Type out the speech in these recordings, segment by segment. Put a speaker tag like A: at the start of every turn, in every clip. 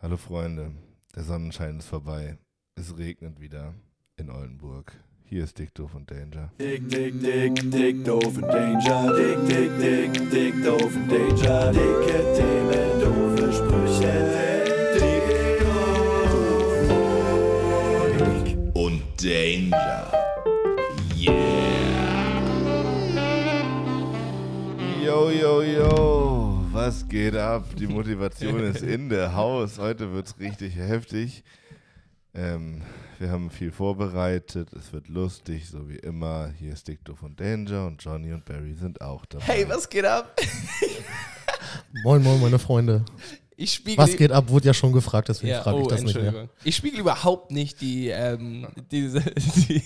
A: Hallo Freunde, der Sonnenschein ist vorbei. Es regnet wieder in Oldenburg. Hier ist Dick Doof und Danger.
B: Dick, dick, dick, dick, doofen Danger. Dick, dick, dick, dick, doofen Danger. Dicke Themen, doofe Sprüche. Dick, doof. Dick und Danger. Yeah.
A: Yo, yo, yo, was geht ab? Die Motivation ist in der Haus. Heute wird es richtig heftig. Ähm, wir haben viel vorbereitet. Es wird lustig, so wie immer. Hier ist Dick Doof und Danger und Johnny und Barry sind auch dabei.
C: Hey, was geht ab?
D: Moin, moin, meine Freunde.
C: Ich spiegel
D: Was geht ab, wurde ja schon gefragt, deswegen
C: Ja,
D: frage ich
C: oh,
D: das nicht mehr.
C: Entschuldigung. Ich spiegel überhaupt nicht die, ähm, diese, die,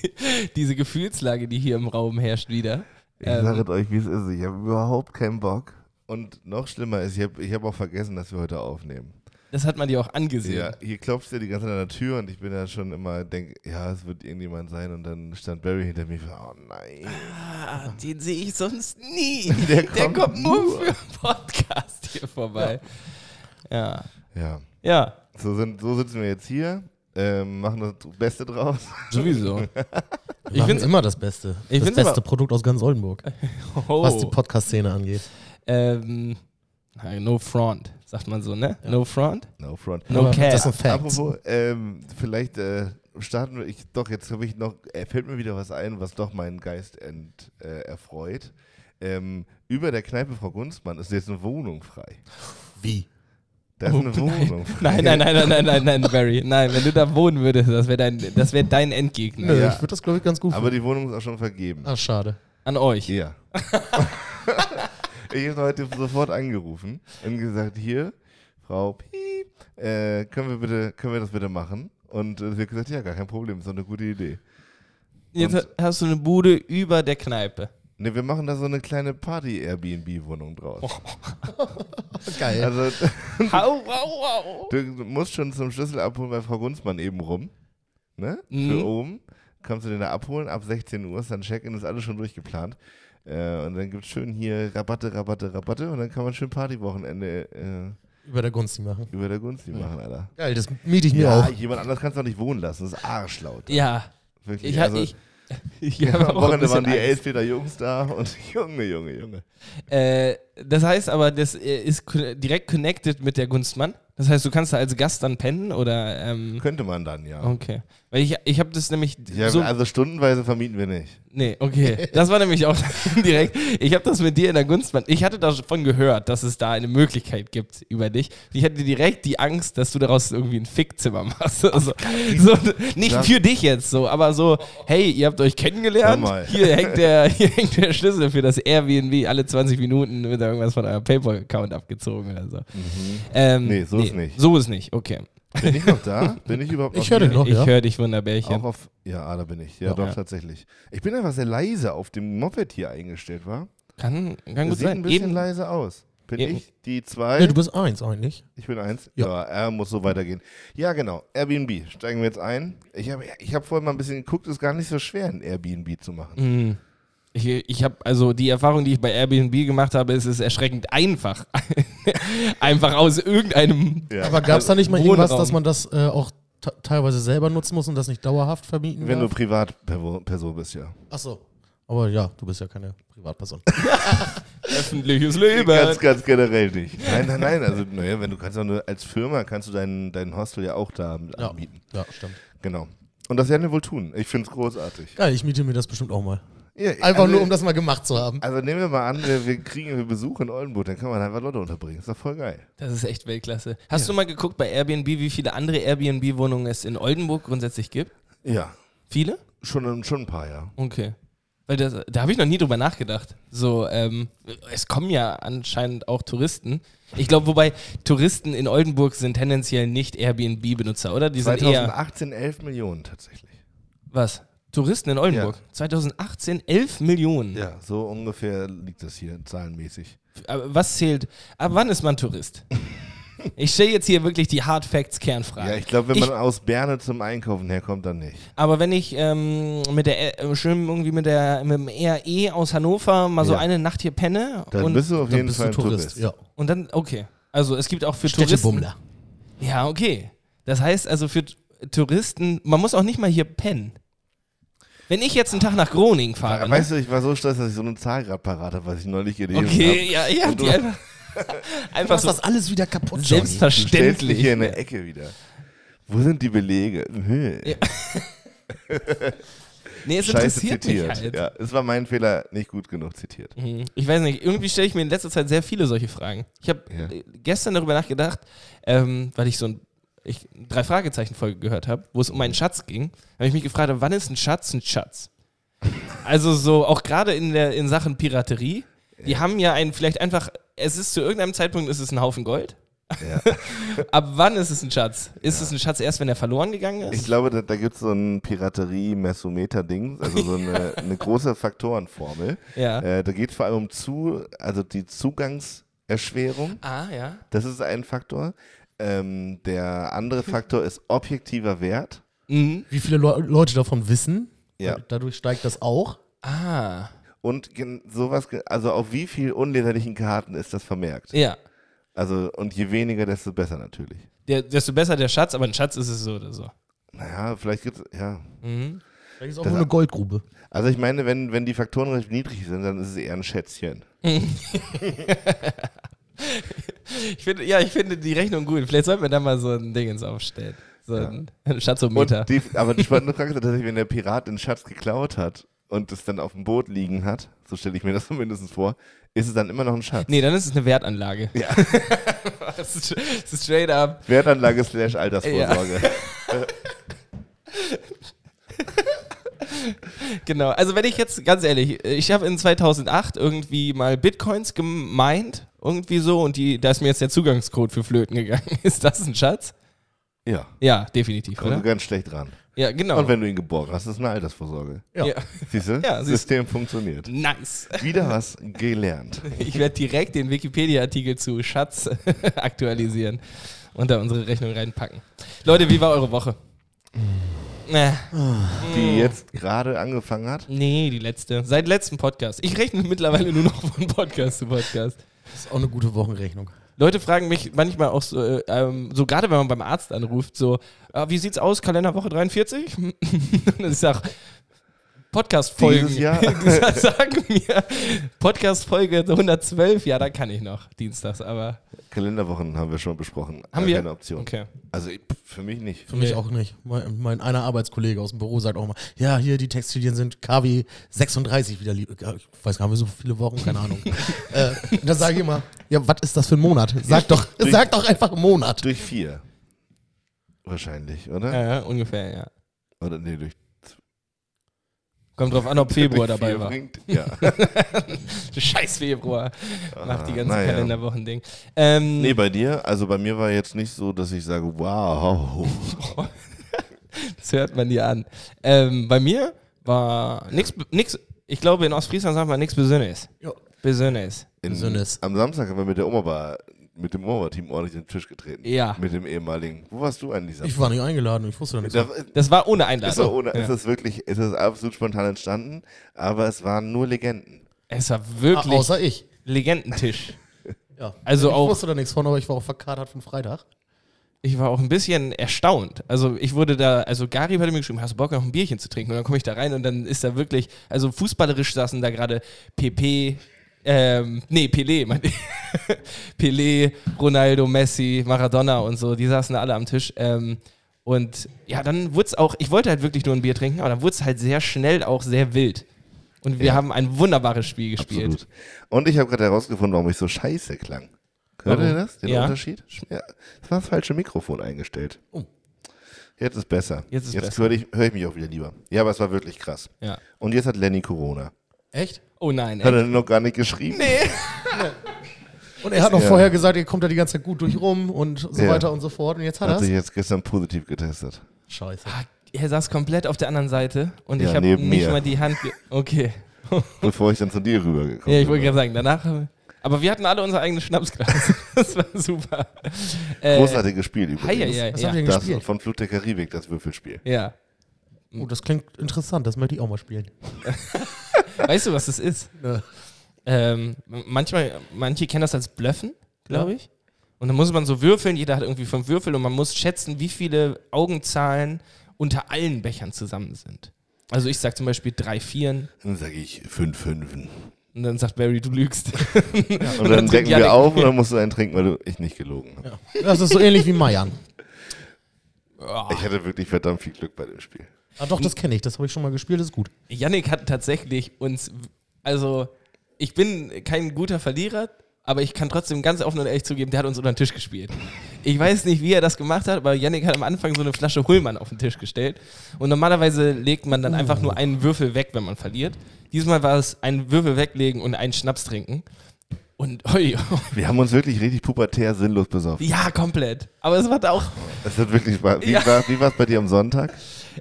C: diese Gefühlslage, die hier im Raum herrscht, wieder.
A: Ich
C: Ähm.
A: sage euch, wie es ist. Ich habe überhaupt keinen Bock. Und noch schlimmer ist, ich habe ich hab auch vergessen, dass wir heute aufnehmen.
C: Das hat man dir auch angesehen.
A: Ja, hier klopft ja die ganze Zeit an der Tür und ich bin ja schon immer, denke, ja, es wird irgendjemand sein und dann stand Barry hinter mir, oh nein.
C: Ah, den sehe ich sonst nie.
A: Der kommt
C: nur für einen Podcast hier vorbei. Ja.
A: Ja,
C: Ja,
A: so, sind, so sitzen wir jetzt hier, ähm, machen das Beste draus.
C: sowieso.
D: Wir
C: Ich
D: machen
C: find's,
D: immer das Beste.
C: Ich
D: das
C: find's aber-
D: beste Produkt aus ganz Oldenburg,
C: oh,
D: was die Podcast-Szene angeht.
C: ähm, no front, sagt man so, ne? No front,
A: No front.
C: no
D: Aber
C: cap.
D: Das sind Facts.
A: Apropos, ähm, vielleicht äh, starten wir, ich, doch, jetzt habe ich noch, äh, fällt mir wieder was ein, was doch meinen Geist ent, äh, erfreut. Ähm, über der Kneipe Frau Gunstmann ist jetzt eine Wohnung frei.
D: Wie?
A: Da ist eine Wohnung frei.
C: Oh, Nein, nein, nein, nein, nein, nein, nein, Barry. Nein, wenn du da wohnen würdest, das wäre dein, das wär dein Endgegner.
D: Nö,
A: Ja.
D: ich würde das, glaube ich, ganz gut
A: Aber die Wohnung ist auch schon vergeben.
D: Ah, schade.
C: An euch.
A: Ja. ich habe heute sofort angerufen und gesagt, hier, Frau Piep, äh, können, wir bitte, können wir das bitte machen? Und äh, sie hat gesagt, ja, gar kein Problem, ist doch eine gute Idee.
C: Jetzt
A: Und-
C: hast du eine Bude über der Kneipe.
A: Ne, wir machen da so eine kleine Party-Airbnb-Wohnung draus.
D: Geil.
A: Also
C: Hau, wow, wow.
A: du musst schon zum Schlüssel abholen bei Frau Gunzmann eben rum. Ne?
C: Mhm.
A: Für oben. Kommst du den da abholen, ab 16 Uhr ist dann Check-in, ist alles schon durchgeplant. Äh, und dann gibt es schön hier Rabatte, Rabatte, Rabatte und dann kann man schön Partywochenende äh,
D: Über der Gunst die machen.
A: über der Gunst die machen, Alter.
D: Geil, das miete ich mir
A: Ja,
D: auch.
A: jemand anders kannst du auch nicht wohnen lassen. Das ist arschlaut.
C: Ja,
A: Wirklich.
C: ich, also, ich, ich hab
A: am
C: auch ein
A: Wochenende
C: bisschen
A: waren die
C: Angst.
A: Elspeter Jungs da und Junge, Junge, Junge.
C: Äh, das heißt aber, das äh, ist co- direkt connected mit der Gunstmann. Das heißt, du kannst da als Gast dann pennen oder. Ähm,
A: Könnte man dann, ja.
C: okay. Weil ich, ich habe das nämlich.
A: ja
C: so,
A: also stundenweise vermieten wir nicht.
C: Nee, okay. Das war nämlich auch direkt. Ich habe das mit dir in der Gunstmann. Ich hatte davon gehört, dass es da eine Möglichkeit gibt über dich. Ich hatte direkt die Angst, dass du daraus irgendwie ein Fickzimmer machst. Also, so, nicht
A: Das-
C: für dich jetzt so, aber so, hey, ihr habt euch kennengelernt.
A: Sag mal.
C: Hier hängt, der, hier hängt der Schlüssel für das Airbnb. Alle 20 Minuten wird da irgendwas von eurem PayPal-Account abgezogen oder so. Ähm,
A: Mhm. Nee, so ist nicht.
C: So ist nicht, okay.
A: Bin ich noch da? Bin ich überhaupt
D: Ich
A: noch
D: höre dich
A: hier?
D: noch,
C: ich
D: ja.
C: höre dich, Wunderbärchen.
A: Auch auf. Ja, ah, da bin ich. Ja,
C: Ja.
A: doch,
C: Ja.
A: tatsächlich. Ich bin einfach sehr leise auf dem Moped hier eingestellt, war.
C: Kann, kann
A: Das
C: gut
A: sieht
C: sein.
A: ein bisschen
C: Eben-
A: leise aus. Bin
C: Eben.
A: ich die zwei?
D: Nee, du bist eins eigentlich.
A: ich bin eins. Ja.
D: Ja.
A: er muss so weitergehen. Ja, genau. Airbnb. Steigen wir jetzt ein. Ich habe ich hab vorhin mal ein bisschen geguckt, ist gar nicht so schwer, ein Airbnb zu machen.
D: Mhm.
C: Mm. Ich, ich habe also die Erfahrung, die ich bei Airbnb gemacht habe, ist es ist erschreckend einfach. einfach aus irgendeinem.
A: Ja.
D: Aber gab es da nicht mal
C: Wohnraum.
D: irgendwas, dass man das äh, auch te- teilweise selber nutzen muss und das nicht dauerhaft vermieten
A: Wenn du
D: darf?
A: Privatperson bist, ja.
D: Ach so. Aber ja, du bist ja keine Privatperson.
C: Öffentliches Leben.
A: Ganz, genau. ganz generell nicht. Nein, nein, nein. Also, naja, wenn du kannst auch nur als Firma kannst du deinen dein Hostel ja auch da
D: Ja,
A: anbieten.
D: ja stimmt.
A: Genau. Und das werden wir wohl tun. Ich finde es großartig.
D: Geil, ich miete mir das bestimmt auch mal.
A: Ja,
D: Einfach
A: also-
D: nur, um das mal gemacht zu haben.
A: Also nehmen wir mal an, wir, wir kriegen wir Besuch in Oldenburg, dann kann man einfach Leute unterbringen. Ist doch voll geil.
C: Das ist echt Weltklasse. Hast du mal geguckt bei Airbnb, wie viele andere Airbnb-Wohnungen es in Oldenburg grundsätzlich gibt?
A: Ja.
C: Viele?
A: Schon, schon ein paar, ja.
C: Okay. Weil das, da habe ich noch nie drüber nachgedacht. So, ähm, es kommen ja anscheinend auch Touristen. Ich glaube, wobei Touristen in Oldenburg sind tendenziell nicht Airbnb-Benutzer, oder? Die sind eher.
A: 2018 11 Millionen tatsächlich.
C: Was? Touristen in Oldenburg? 2018 11 Millionen.
A: Ja, so ungefähr liegt das hier zahlenmäßig.
C: Aber was zählt? Ab wann ist man Tourist? Ich stelle jetzt hier wirklich die Hard Facts Kernfrage.
A: Ja, ich glaube, wenn man aus Berne zum Einkaufen herkommt, dann nicht.
C: aber wenn ich ähm, mit der äh, schön irgendwie mit der mit dem RE aus Hannover mal so
A: Ja.
C: eine Nacht hier penne
A: Dann
C: und
A: bist du auf jeden Fall ein Tourist.
D: Ja.
C: und dann okay. Also es gibt auch für Touristen
D: Städtebummler.
C: Ja, okay. Das heißt also für T- Touristen, man muss auch nicht mal hier pennen. Wenn ich jetzt einen Tag nach Groningen fahre, ne?
A: Ah, Weißt du, ich war so stolz, dass ich so eine Zahl gerade parat habe, was ich neulich gelesen
C: okay,
A: habe.
C: ja, ihr habt
A: du-
C: die einfach, einfach
D: Machst
C: so
D: das alles wieder kaputt, Johnny.
A: Stellst dich
C: Also selbstverständlich.
A: hier in der Ecke wieder. Wo sind die Belege? Hm.
C: Ja. Nee, es
A: Scheiße
C: interessiert
A: zitiert.
C: mich halt.
A: Ja, es war mein Fehler, nicht gut genug zitiert.
C: Mhm. Ich weiß nicht, irgendwie stelle ich mir in letzter Zeit sehr viele solche Fragen. Ich habe
A: Ja.
C: äh, gestern darüber nachgedacht, ähm, weil ich so ein ich, drei Fragezeichen Folge gehört habe, wo es um meinen Schatz ging, habe ich mich gefragt, wann ist ein Schatz ein Schatz? Also so auch gerade in der in Sachen Piraterie, die haben ja einen vielleicht einfach es ist zu irgendeinem Zeitpunkt ist es ein Haufen Gold. Ab wann ist es ein Schatz? Ist es ein Schatz erst, wenn er verloren gegangen ist?
A: Ich glaube, da, da gibt es so ein Piraterie-Messometer-Ding, also so eine, eine große Faktorenformel.
C: ja.
A: Äh, da geht vor allem um zu, also die Zugangserschwerung.
C: Ah, ja.
A: Das ist ein Faktor. Ähm, der andere Faktor ist objektiver Wert.
C: Mhm.
D: Wie viele Leu- Leute davon wissen?
A: Ja.
D: Dadurch steigt das auch.
C: Ah.
A: Und gen- sowas, ge- also auf wie viel unleserlichen Karten ist das vermerkt?
C: Ja.
A: Also, und je weniger, desto besser natürlich.
C: Der, desto besser der Schatz, aber ein Schatz ist es so oder so.
A: Naja, vielleicht gibt's, ja.
D: Da ist auch
A: Das-
D: nur eine Goldgrube.
A: Also ich meine, wenn, wenn die Faktoren recht niedrig sind, dann ist es eher ein Schätzchen.
C: Ich finde, ja, ich finde die Rechnung gut. Vielleicht sollten wir da mal so ein Dingens aufstellen. So ein
A: Und
C: Schatzometer.
A: die, aber die spannende Frage ist tatsächlich, wenn der Pirat den Schatz geklaut hat und es dann auf dem Boot liegen hat, so stelle ich mir das zumindest vor, ist es dann immer noch ein Schatz.
C: Nee, dann ist es eine Wertanlage.
A: Ja.
C: das, ist, das ist straight up.
A: Wertanlage slash Altersvorsorge.
C: Genau. Also wenn ich jetzt, ganz ehrlich, ich habe in 2008 irgendwie mal Bitcoins gemeint, irgendwie so, und die, da ist mir jetzt der Zugangscode für Flöten gegangen. Ist das ein Schatz?
A: Ja.
C: Ja, definitiv,
A: Kommst du
C: oder?
A: ganz schlecht ran.
C: Ja, genau.
A: Und wenn du ihn geboren hast, ist es eine Altersvorsorge.
C: ja.
A: Siehst du?
C: Ja, siehst du.
A: System funktioniert.
C: Nice.
A: Wieder was gelernt.
C: Ich werde direkt den Wikipedia-Artikel zu Schatz aktualisieren und da unsere Rechnung reinpacken. Leute, wie war eure Woche?
A: Mm.
C: Äh,
A: Die jetzt gerade angefangen hat.
C: nee, die letzte. Seit letzten Podcast. Ich rechne mittlerweile nur noch von Podcast zu Podcast.
D: Das ist auch eine gute Wochenrechnung.
C: Leute fragen mich manchmal auch so, äh, ähm, so gerade wenn man beim Arzt anruft, so, ah, wie sieht's aus, Kalenderwoche 43? Und ich sag, Podcast-Folgen.
A: Dieses Jahr?
C: Sag mir, Podcast-Folge 112, ja, da kann ich noch, dienstags, aber
A: Kalenderwochen haben wir schon besprochen.
C: haben
A: Äh,
C: wir.
A: Keine Option.
C: Okay.
A: Also ich- pf, für mich nicht.
D: Für mich
C: Nee.
D: auch nicht. Mein, mein einer Arbeitskollege aus dem Büro sagt auch mal, ja, hier die Textilien sind KW 36 wieder lieb. Ja, Ich weiß gar nicht, haben wir so viele Wochen, keine Ahnung. äh, dann sage ich immer, ja, was ist das für ein Monat? Sag doch,
A: Durch-
D: sag doch einfach Monat.
A: Durch vier. Wahrscheinlich, oder?
C: Ja, ja, ungefähr, ja.
A: Oder nee, durch
C: Kommt drauf an, ob Februar
A: durch
C: dabei
A: vier
C: war.
A: Bringt, ja.
C: Scheiß Februar. Macht die ganzen
A: Ah, naja.
C: Kalenderwochending. Ähm,
A: nee, bei dir, also bei mir war jetzt nicht so, dass ich sage, wow.
C: das hört man dir an. Ähm, bei mir war nichts, nix, ich glaube, in Ostfriesland sagt man nichts Besonderes.
D: Ja.
C: Besonderes.
A: In,
D: Sündes.
A: am Samstag haben wir mit der Oberbar, mit dem Oberbar-Team ordentlich den Tisch getreten.
C: Ja.
A: Mit dem ehemaligen. Wo warst du eigentlich?
D: Ich war nicht Ah, eingeladen, ich wusste da nichts.
A: da, äh,
C: Das war ohne Einladung.
A: ist so, ohne,
C: ja.
A: ist das wirklich, ist das absolut spontan entstanden, aber es waren nur Legenden.
C: Es war
D: Ah,
C: wirklich
D: außer ich.
C: Legendentisch.
D: Ja.
C: Also
D: ich
C: auch-
D: wusste da nichts von, aber ich war auch verkatert von Freitag.
C: Ich war auch ein bisschen erstaunt. Also ich wurde da, also Gary hatte mir geschrieben, hast du Bock noch ein Bierchen zu trinken? Und dann komme ich da rein und dann ist da wirklich, also fußballerisch saßen da gerade PP, ähm, nee, Pelé, meinte ich. Pelé, Ronaldo, Messi, Maradona und so, die saßen da alle am Tisch. Ähm, und ja, dann wurde es auch, ich wollte halt wirklich nur ein Bier trinken, aber dann wurde es halt sehr schnell auch sehr wild. Und wir haben ein wunderbares Spiel gespielt.
A: Absolut. Und ich habe gerade herausgefunden, warum ich so scheiße klang. Hört ihr das? Den
C: Ja.
A: Unterschied? Ja. Es war das falsche Mikrofon eingestellt.
D: Oh.
A: Jetzt ist besser.
C: Jetzt ist besser.
A: höre ich, hör ich mich auch wieder lieber. Ja, aber es war wirklich krass.
C: Ja.
A: Und jetzt hat Lenny Corona.
D: Echt?
C: Oh nein,
A: Hat
C: ey.
A: er noch gar nicht geschrieben? Nee.
D: Und er hat noch
A: Ja.
D: vorher gesagt, ihr kommt da die ganze Zeit gut durch rum und so
A: Ja.
D: weiter und so fort. Und jetzt hat
A: Hat sich
D: er
A: jetzt gestern positiv getestet.
D: Scheiße.
C: Ah, Er saß komplett auf der anderen Seite und
A: Ja,
C: ich habe nicht
A: neben mir.
C: mal die Hand. Ge okay.
A: Bevor ich dann zu dir rübergekommen
C: Ja, ich wollte
A: bin.
C: gerade sagen, danach. haben wir- Aber wir hatten alle unser eigenes Schnapsglas. Das war super. Äh,
A: Großartiges Spiel übrigens.
C: Hei, hei,
D: Was
C: hei,
D: habt ihr
C: ja.
D: denn
A: Das
D: gespielt?
A: von Flut der Karibik, das Würfelspiel.
C: ja.
D: Oh, das klingt interessant, das möchte ich auch mal spielen.
C: Weißt du, was das ist?
D: Ne.
C: Ähm, manchmal, manche kennen das als Bluffen, glaube ich. Und dann muss man so würfeln, jeder hat irgendwie fünf Würfel und man muss schätzen, wie viele Augenzahlen unter allen Bechern zusammen sind. Also ich sag zum Beispiel drei Vieren
A: Dann sage ich fünf Fünfen.
C: und dann sagt Barry, du lügst.
A: Und dann,
C: trinkt
A: decken
C: Janik-
A: wir auf und dann musst du einen trinken, weil du ich nicht gelogen habe.
D: Das ist so ähnlich wie Mayan.
A: Ich hatte wirklich verdammt viel Glück bei dem Spiel.
D: Ah, doch, das kenne ich. Das habe ich schon mal gespielt. Das ist gut.
C: Yannick hat tatsächlich uns, also ich bin kein guter Verlierer, aber ich kann trotzdem ganz offen und ehrlich zugeben, der hat uns unter den Tisch gespielt. Ich weiß nicht, wie er das gemacht hat, aber Yannick hat am Anfang so eine Flasche Hullmann auf den Tisch gestellt. Und normalerweise legt man dann einfach nur einen Würfel weg, wenn man verliert. Diesmal war es ein Würfel weglegen und einen Schnaps trinken. Und oi,
A: Wir haben uns wirklich richtig pubertär sinnlos besoffen.
C: ja, komplett. Aber es war auch,
A: Es hat wirklich Spaß. Wie
C: Ja.
A: war es bei dir am Sonntag?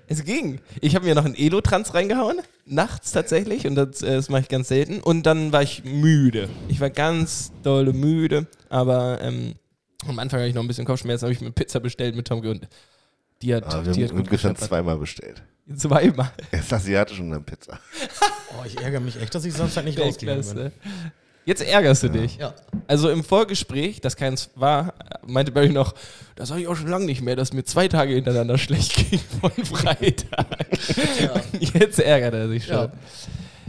C: Es ging. Ich habe mir noch einen Elo-Trans reingehauen, nachts tatsächlich, und das, äh, das mache ich ganz selten. Und dann war ich müde. Ich war ganz dolle müde, aber ähm, am Anfang hatte ich noch ein bisschen Kopfschmerzen, habe ich mir Pizza bestellt mit Tom und die hat,
A: Ah, wir
C: die hat
A: haben
C: gut
A: ungefähr
C: geschafft.
A: zweimal bestellt.
C: Zweimal.
A: Erst asiatisch und dann Pizza.
D: Oh, ich ärgere mich echt, dass ich Samstag nicht rausgegangen bin.
C: Weltklasse. Jetzt ärgerst du dich.
D: Ja.
C: Also im Vorgespräch, das keins war, meinte Barry noch, das habe ich auch schon lange nicht mehr, dass mir zwei Tage hintereinander schlecht ging von Freitag. Jetzt ärgert er sich schon.
D: Ja.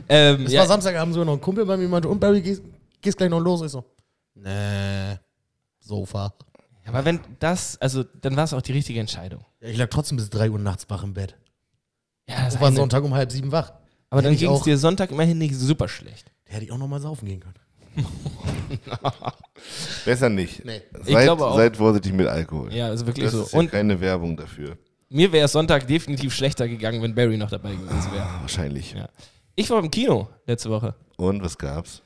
C: Ähm,
D: Es
C: ja,
D: war Samstagabend sogar noch ein Kumpel bei mir meinte, und Barry, gehst, gehst gleich noch los? Ich so, nee, Sofa.
C: aber wenn das, also dann war es auch die richtige Entscheidung.
D: Ja, ich lag trotzdem bis 3 Uhr nachts wach im Bett.
C: Ja, das
D: Ich war
C: eine,
D: Sonntag um halb sieben wach.
C: aber dann
D: hätte ich
C: ging es
D: auch-
C: dir Sonntag immerhin nicht super schlecht.
D: Da hätte ich auch noch mal saufen gehen können.
A: Besser nicht.
D: Nee.
A: Seid,
C: glaube auch.
A: seid vorsichtig mit Alkohol.
C: Ja, also wirklich
A: das
C: so.
A: ist ja
C: Und
A: keine Werbung dafür.
C: mir wäre es Sonntag definitiv schlechter gegangen, wenn Barry noch dabei gewesen wäre.
A: Ah, Wahrscheinlich.
C: Ja. Ich war im Kino letzte Woche.
A: Und was gab's?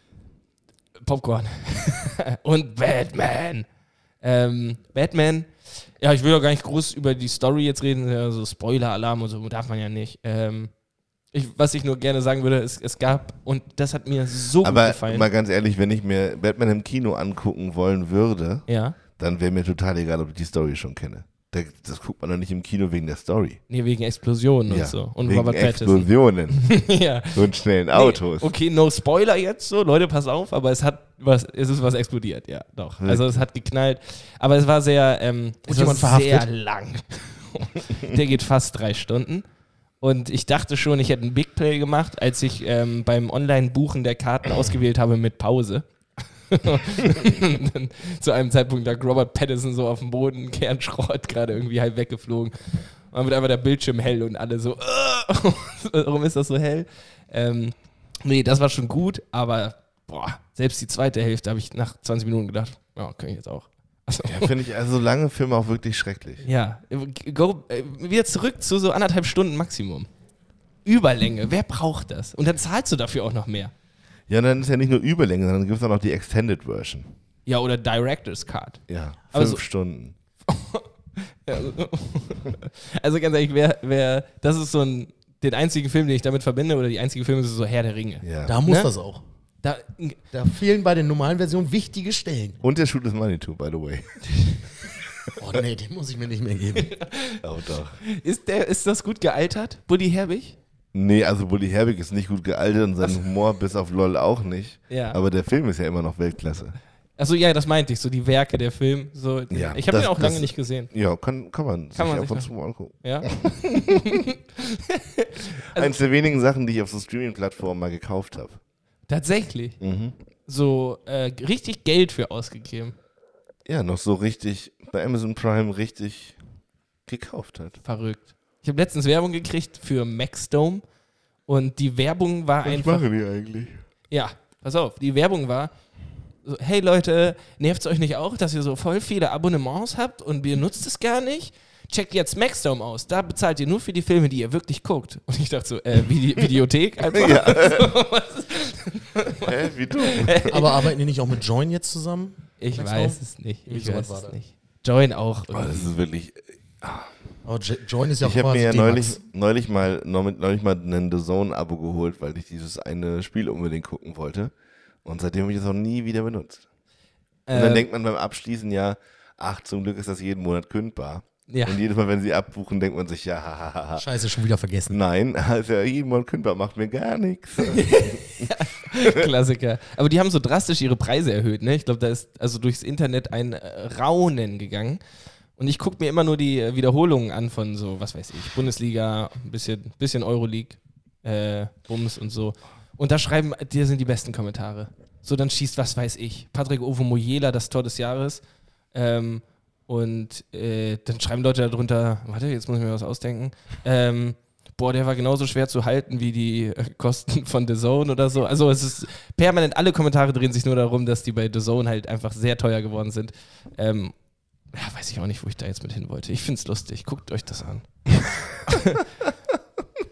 C: Popcorn. und Batman. Ähm, Batman. Ja, ich will ja gar nicht groß über die Story jetzt reden. Ja, so Spoiler-Alarm und so darf man ja nicht. Ähm, ich, was ich nur gerne sagen würde, es, es gab, und das hat mir so gut
A: Aber
C: gefallen.
A: mal ganz ehrlich, wenn ich mir Batman im Kino angucken wollen würde,
C: ja.
A: dann wäre mir total egal, ob ich die Story schon kenne. Da, das guckt man doch nicht im Kino wegen der Story.
C: Nee, wegen Explosionen
A: Ja,
C: und so. Und
A: wegen
C: Robert Pattinson.
A: Explosionen
C: ja.
A: und schnellen Autos.
C: Nee, okay, no Spoiler jetzt so, Leute, pass auf, aber es hat was, es ist was explodiert, ja, doch. Also es hat geknallt, aber es war sehr, ähm, es
D: jemand
C: war
D: verhaftet?
C: sehr lang. Der geht fast drei Stunden. Und ich dachte schon, ich hätte einen Big Play gemacht, als ich ähm, beim Online-Buchen der Karten ausgewählt habe mit Pause. Und dann zu einem Zeitpunkt lag Robert Pattinson so auf dem Boden, Kernschrott, gerade irgendwie halb weggeflogen. Und dann wird einfach der Bildschirm hell und alle so, "Äh, warum ist das so hell? Ähm, nee, das war schon gut, aber boah, selbst die zweite Hälfte habe ich nach 20 Minuten gedacht, ja, kann ich jetzt auch. Also,
A: Ja, Finde ich also lange Filme auch wirklich schrecklich.
C: ja, go, äh, wieder zurück zu so anderthalb Stunden Maximum. Überlänge, wer braucht das? Und dann zahlst du dafür auch noch mehr.
A: Ja, und dann ist ja nicht nur Überlänge, sondern gibt es auch noch die Extended Version.
C: Ja, oder Director's Card.
A: Ja, fünf
C: Aber so-
A: Stunden.
C: Also, also ganz ehrlich, wer, wer, das ist so ein, den einzigen Film, den ich damit verbinde, oder die einzige Filme, ist so Herr der Ringe.
A: Ja.
D: Da muss
C: Ne?
D: das auch.
C: Da,
D: Da fehlen bei den normalen Versionen wichtige Stellen.
A: Und der Shoot ist Manitou, by the way.
D: Oh nee, den muss ich mir nicht mehr geben.
A: Oh doch.
C: ist, der, ist das gut gealtert, Buddy Herbig?
A: Nee, also Bully Herbig ist nicht gut gealtert und sein Humor bis auf LOL auch nicht.
C: Ja.
A: Aber der Film ist ja immer noch Weltklasse.
C: Achso, ja, das meinte ich, so die Werke der Film. So,
A: Ja,
C: ich habe den
A: das-
C: auch lange
A: das-
C: nicht gesehen.
A: Ja, kann, kann man
C: Kann
A: sich
C: man
A: ab
C: sich
A: und
C: noch-
A: zu mal angucken.
C: Ja? Also
A: Eins der wenigen Sachen, die ich auf so Streaming-Plattformen mal gekauft habe.
C: Tatsächlich.
A: Mhm.
C: So äh, richtig Geld für ausgegeben.
A: Ja, noch so richtig bei Amazon Prime richtig gekauft hat.
C: Verrückt. Ich habe letztens Werbung gekriegt für Maxdome und die Werbung war einfach.
A: die eigentlich?
C: Ja, pass auf, die Werbung war. So, hey Leute, nervt es euch nicht auch, dass ihr so voll viele Abonnements habt und ihr nutzt es gar nicht? Checkt jetzt Maxdome aus. Da bezahlt ihr nur für die Filme, die ihr wirklich guckt. Und ich dachte so, äh, Vide Videothek einfach.
A: Hä, wie du?
D: Aber arbeiten die nicht auch mit Join jetzt zusammen?
C: Ich
D: Maxdome?
C: weiß es nicht. Ich
D: Irgendwie sowas
C: weiß
D: war
C: es
D: da.
C: nicht. Join auch.
A: Oh, Das ist wirklich
D: Aber J Join ist ja auch
A: Ich habe mir ja
D: D-Max.
A: neulich, neulich, mal, neulich mal ein The Zone-Abo geholt, weil ich dieses eine Spiel unbedingt gucken wollte. Und seitdem habe ich es auch nie wieder benutzt. Und dann
C: Äh,
A: denkt man beim Abschließen ja, ach, zum Glück ist das jeden Monat kündbar.
C: Ja.
A: Und jedes Mal, wenn sie abbuchen, denkt man sich, ja, ha, ha, ha, ha.
D: Scheiße, schon wieder vergessen.
A: Nein, also Yvonne Kümper macht mir gar nichts.
C: Klassiker. Aber die haben so drastisch ihre Preise erhöht, ne? Ich glaube, da ist also durchs Internet ein äh, Raunen gegangen. Und ich gucke mir immer nur die äh, Wiederholungen an von so, was weiß ich, Bundesliga, ein bisschen, bisschen Euroleague, äh, Bums und so. Und da schreiben, dir sind die besten Kommentare. So, dann schießt, was weiß ich, Patrick Ovomoyela das Tor des Jahres. Ähm, und äh, dann schreiben Leute darunter, warte, jetzt muss ich mir was ausdenken. Ähm, boah, der war genauso schwer zu halten wie die äh, Kosten von The Zone oder so. Also es ist permanent, alle Kommentare drehen sich nur darum, dass die bei The Zone halt einfach sehr teuer geworden sind. Ähm, ja, weiß ich auch nicht, wo ich da jetzt mit hin wollte. Ich find's lustig. Guckt euch das an.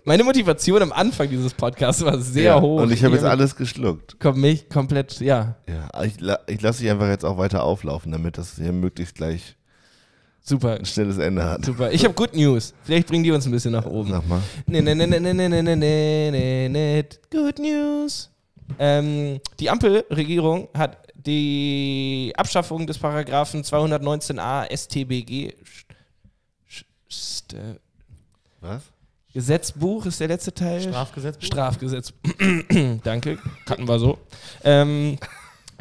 C: Meine Motivation am Anfang dieses Podcasts war sehr
A: Ja,
C: hoch.
A: Und ich habe jetzt
C: Ihr
A: alles geschluckt.
C: kommt mich komplett, ja,
A: Ja, ich, la- ich lasse dich einfach jetzt auch weiter auflaufen, damit das hier möglichst gleich
C: super.
A: ein schnelles Ende hat.
C: Super. Ich habe Good News. Vielleicht bringen die uns ein bisschen nach oben.
A: Sag mal.
C: Nee, nee, nee, nee, nee, nee, nee, nee, nee, nee, nee. Good News. Ähm, die Ampelregierung hat die Abschaffung des Paragraphen 219a StBG sch- sch- st äh,
A: Was?
C: Gesetzbuch ist der letzte Teil.
D: Strafgesetz?
C: Strafgesetz. Danke, hatten wir so. Ähm,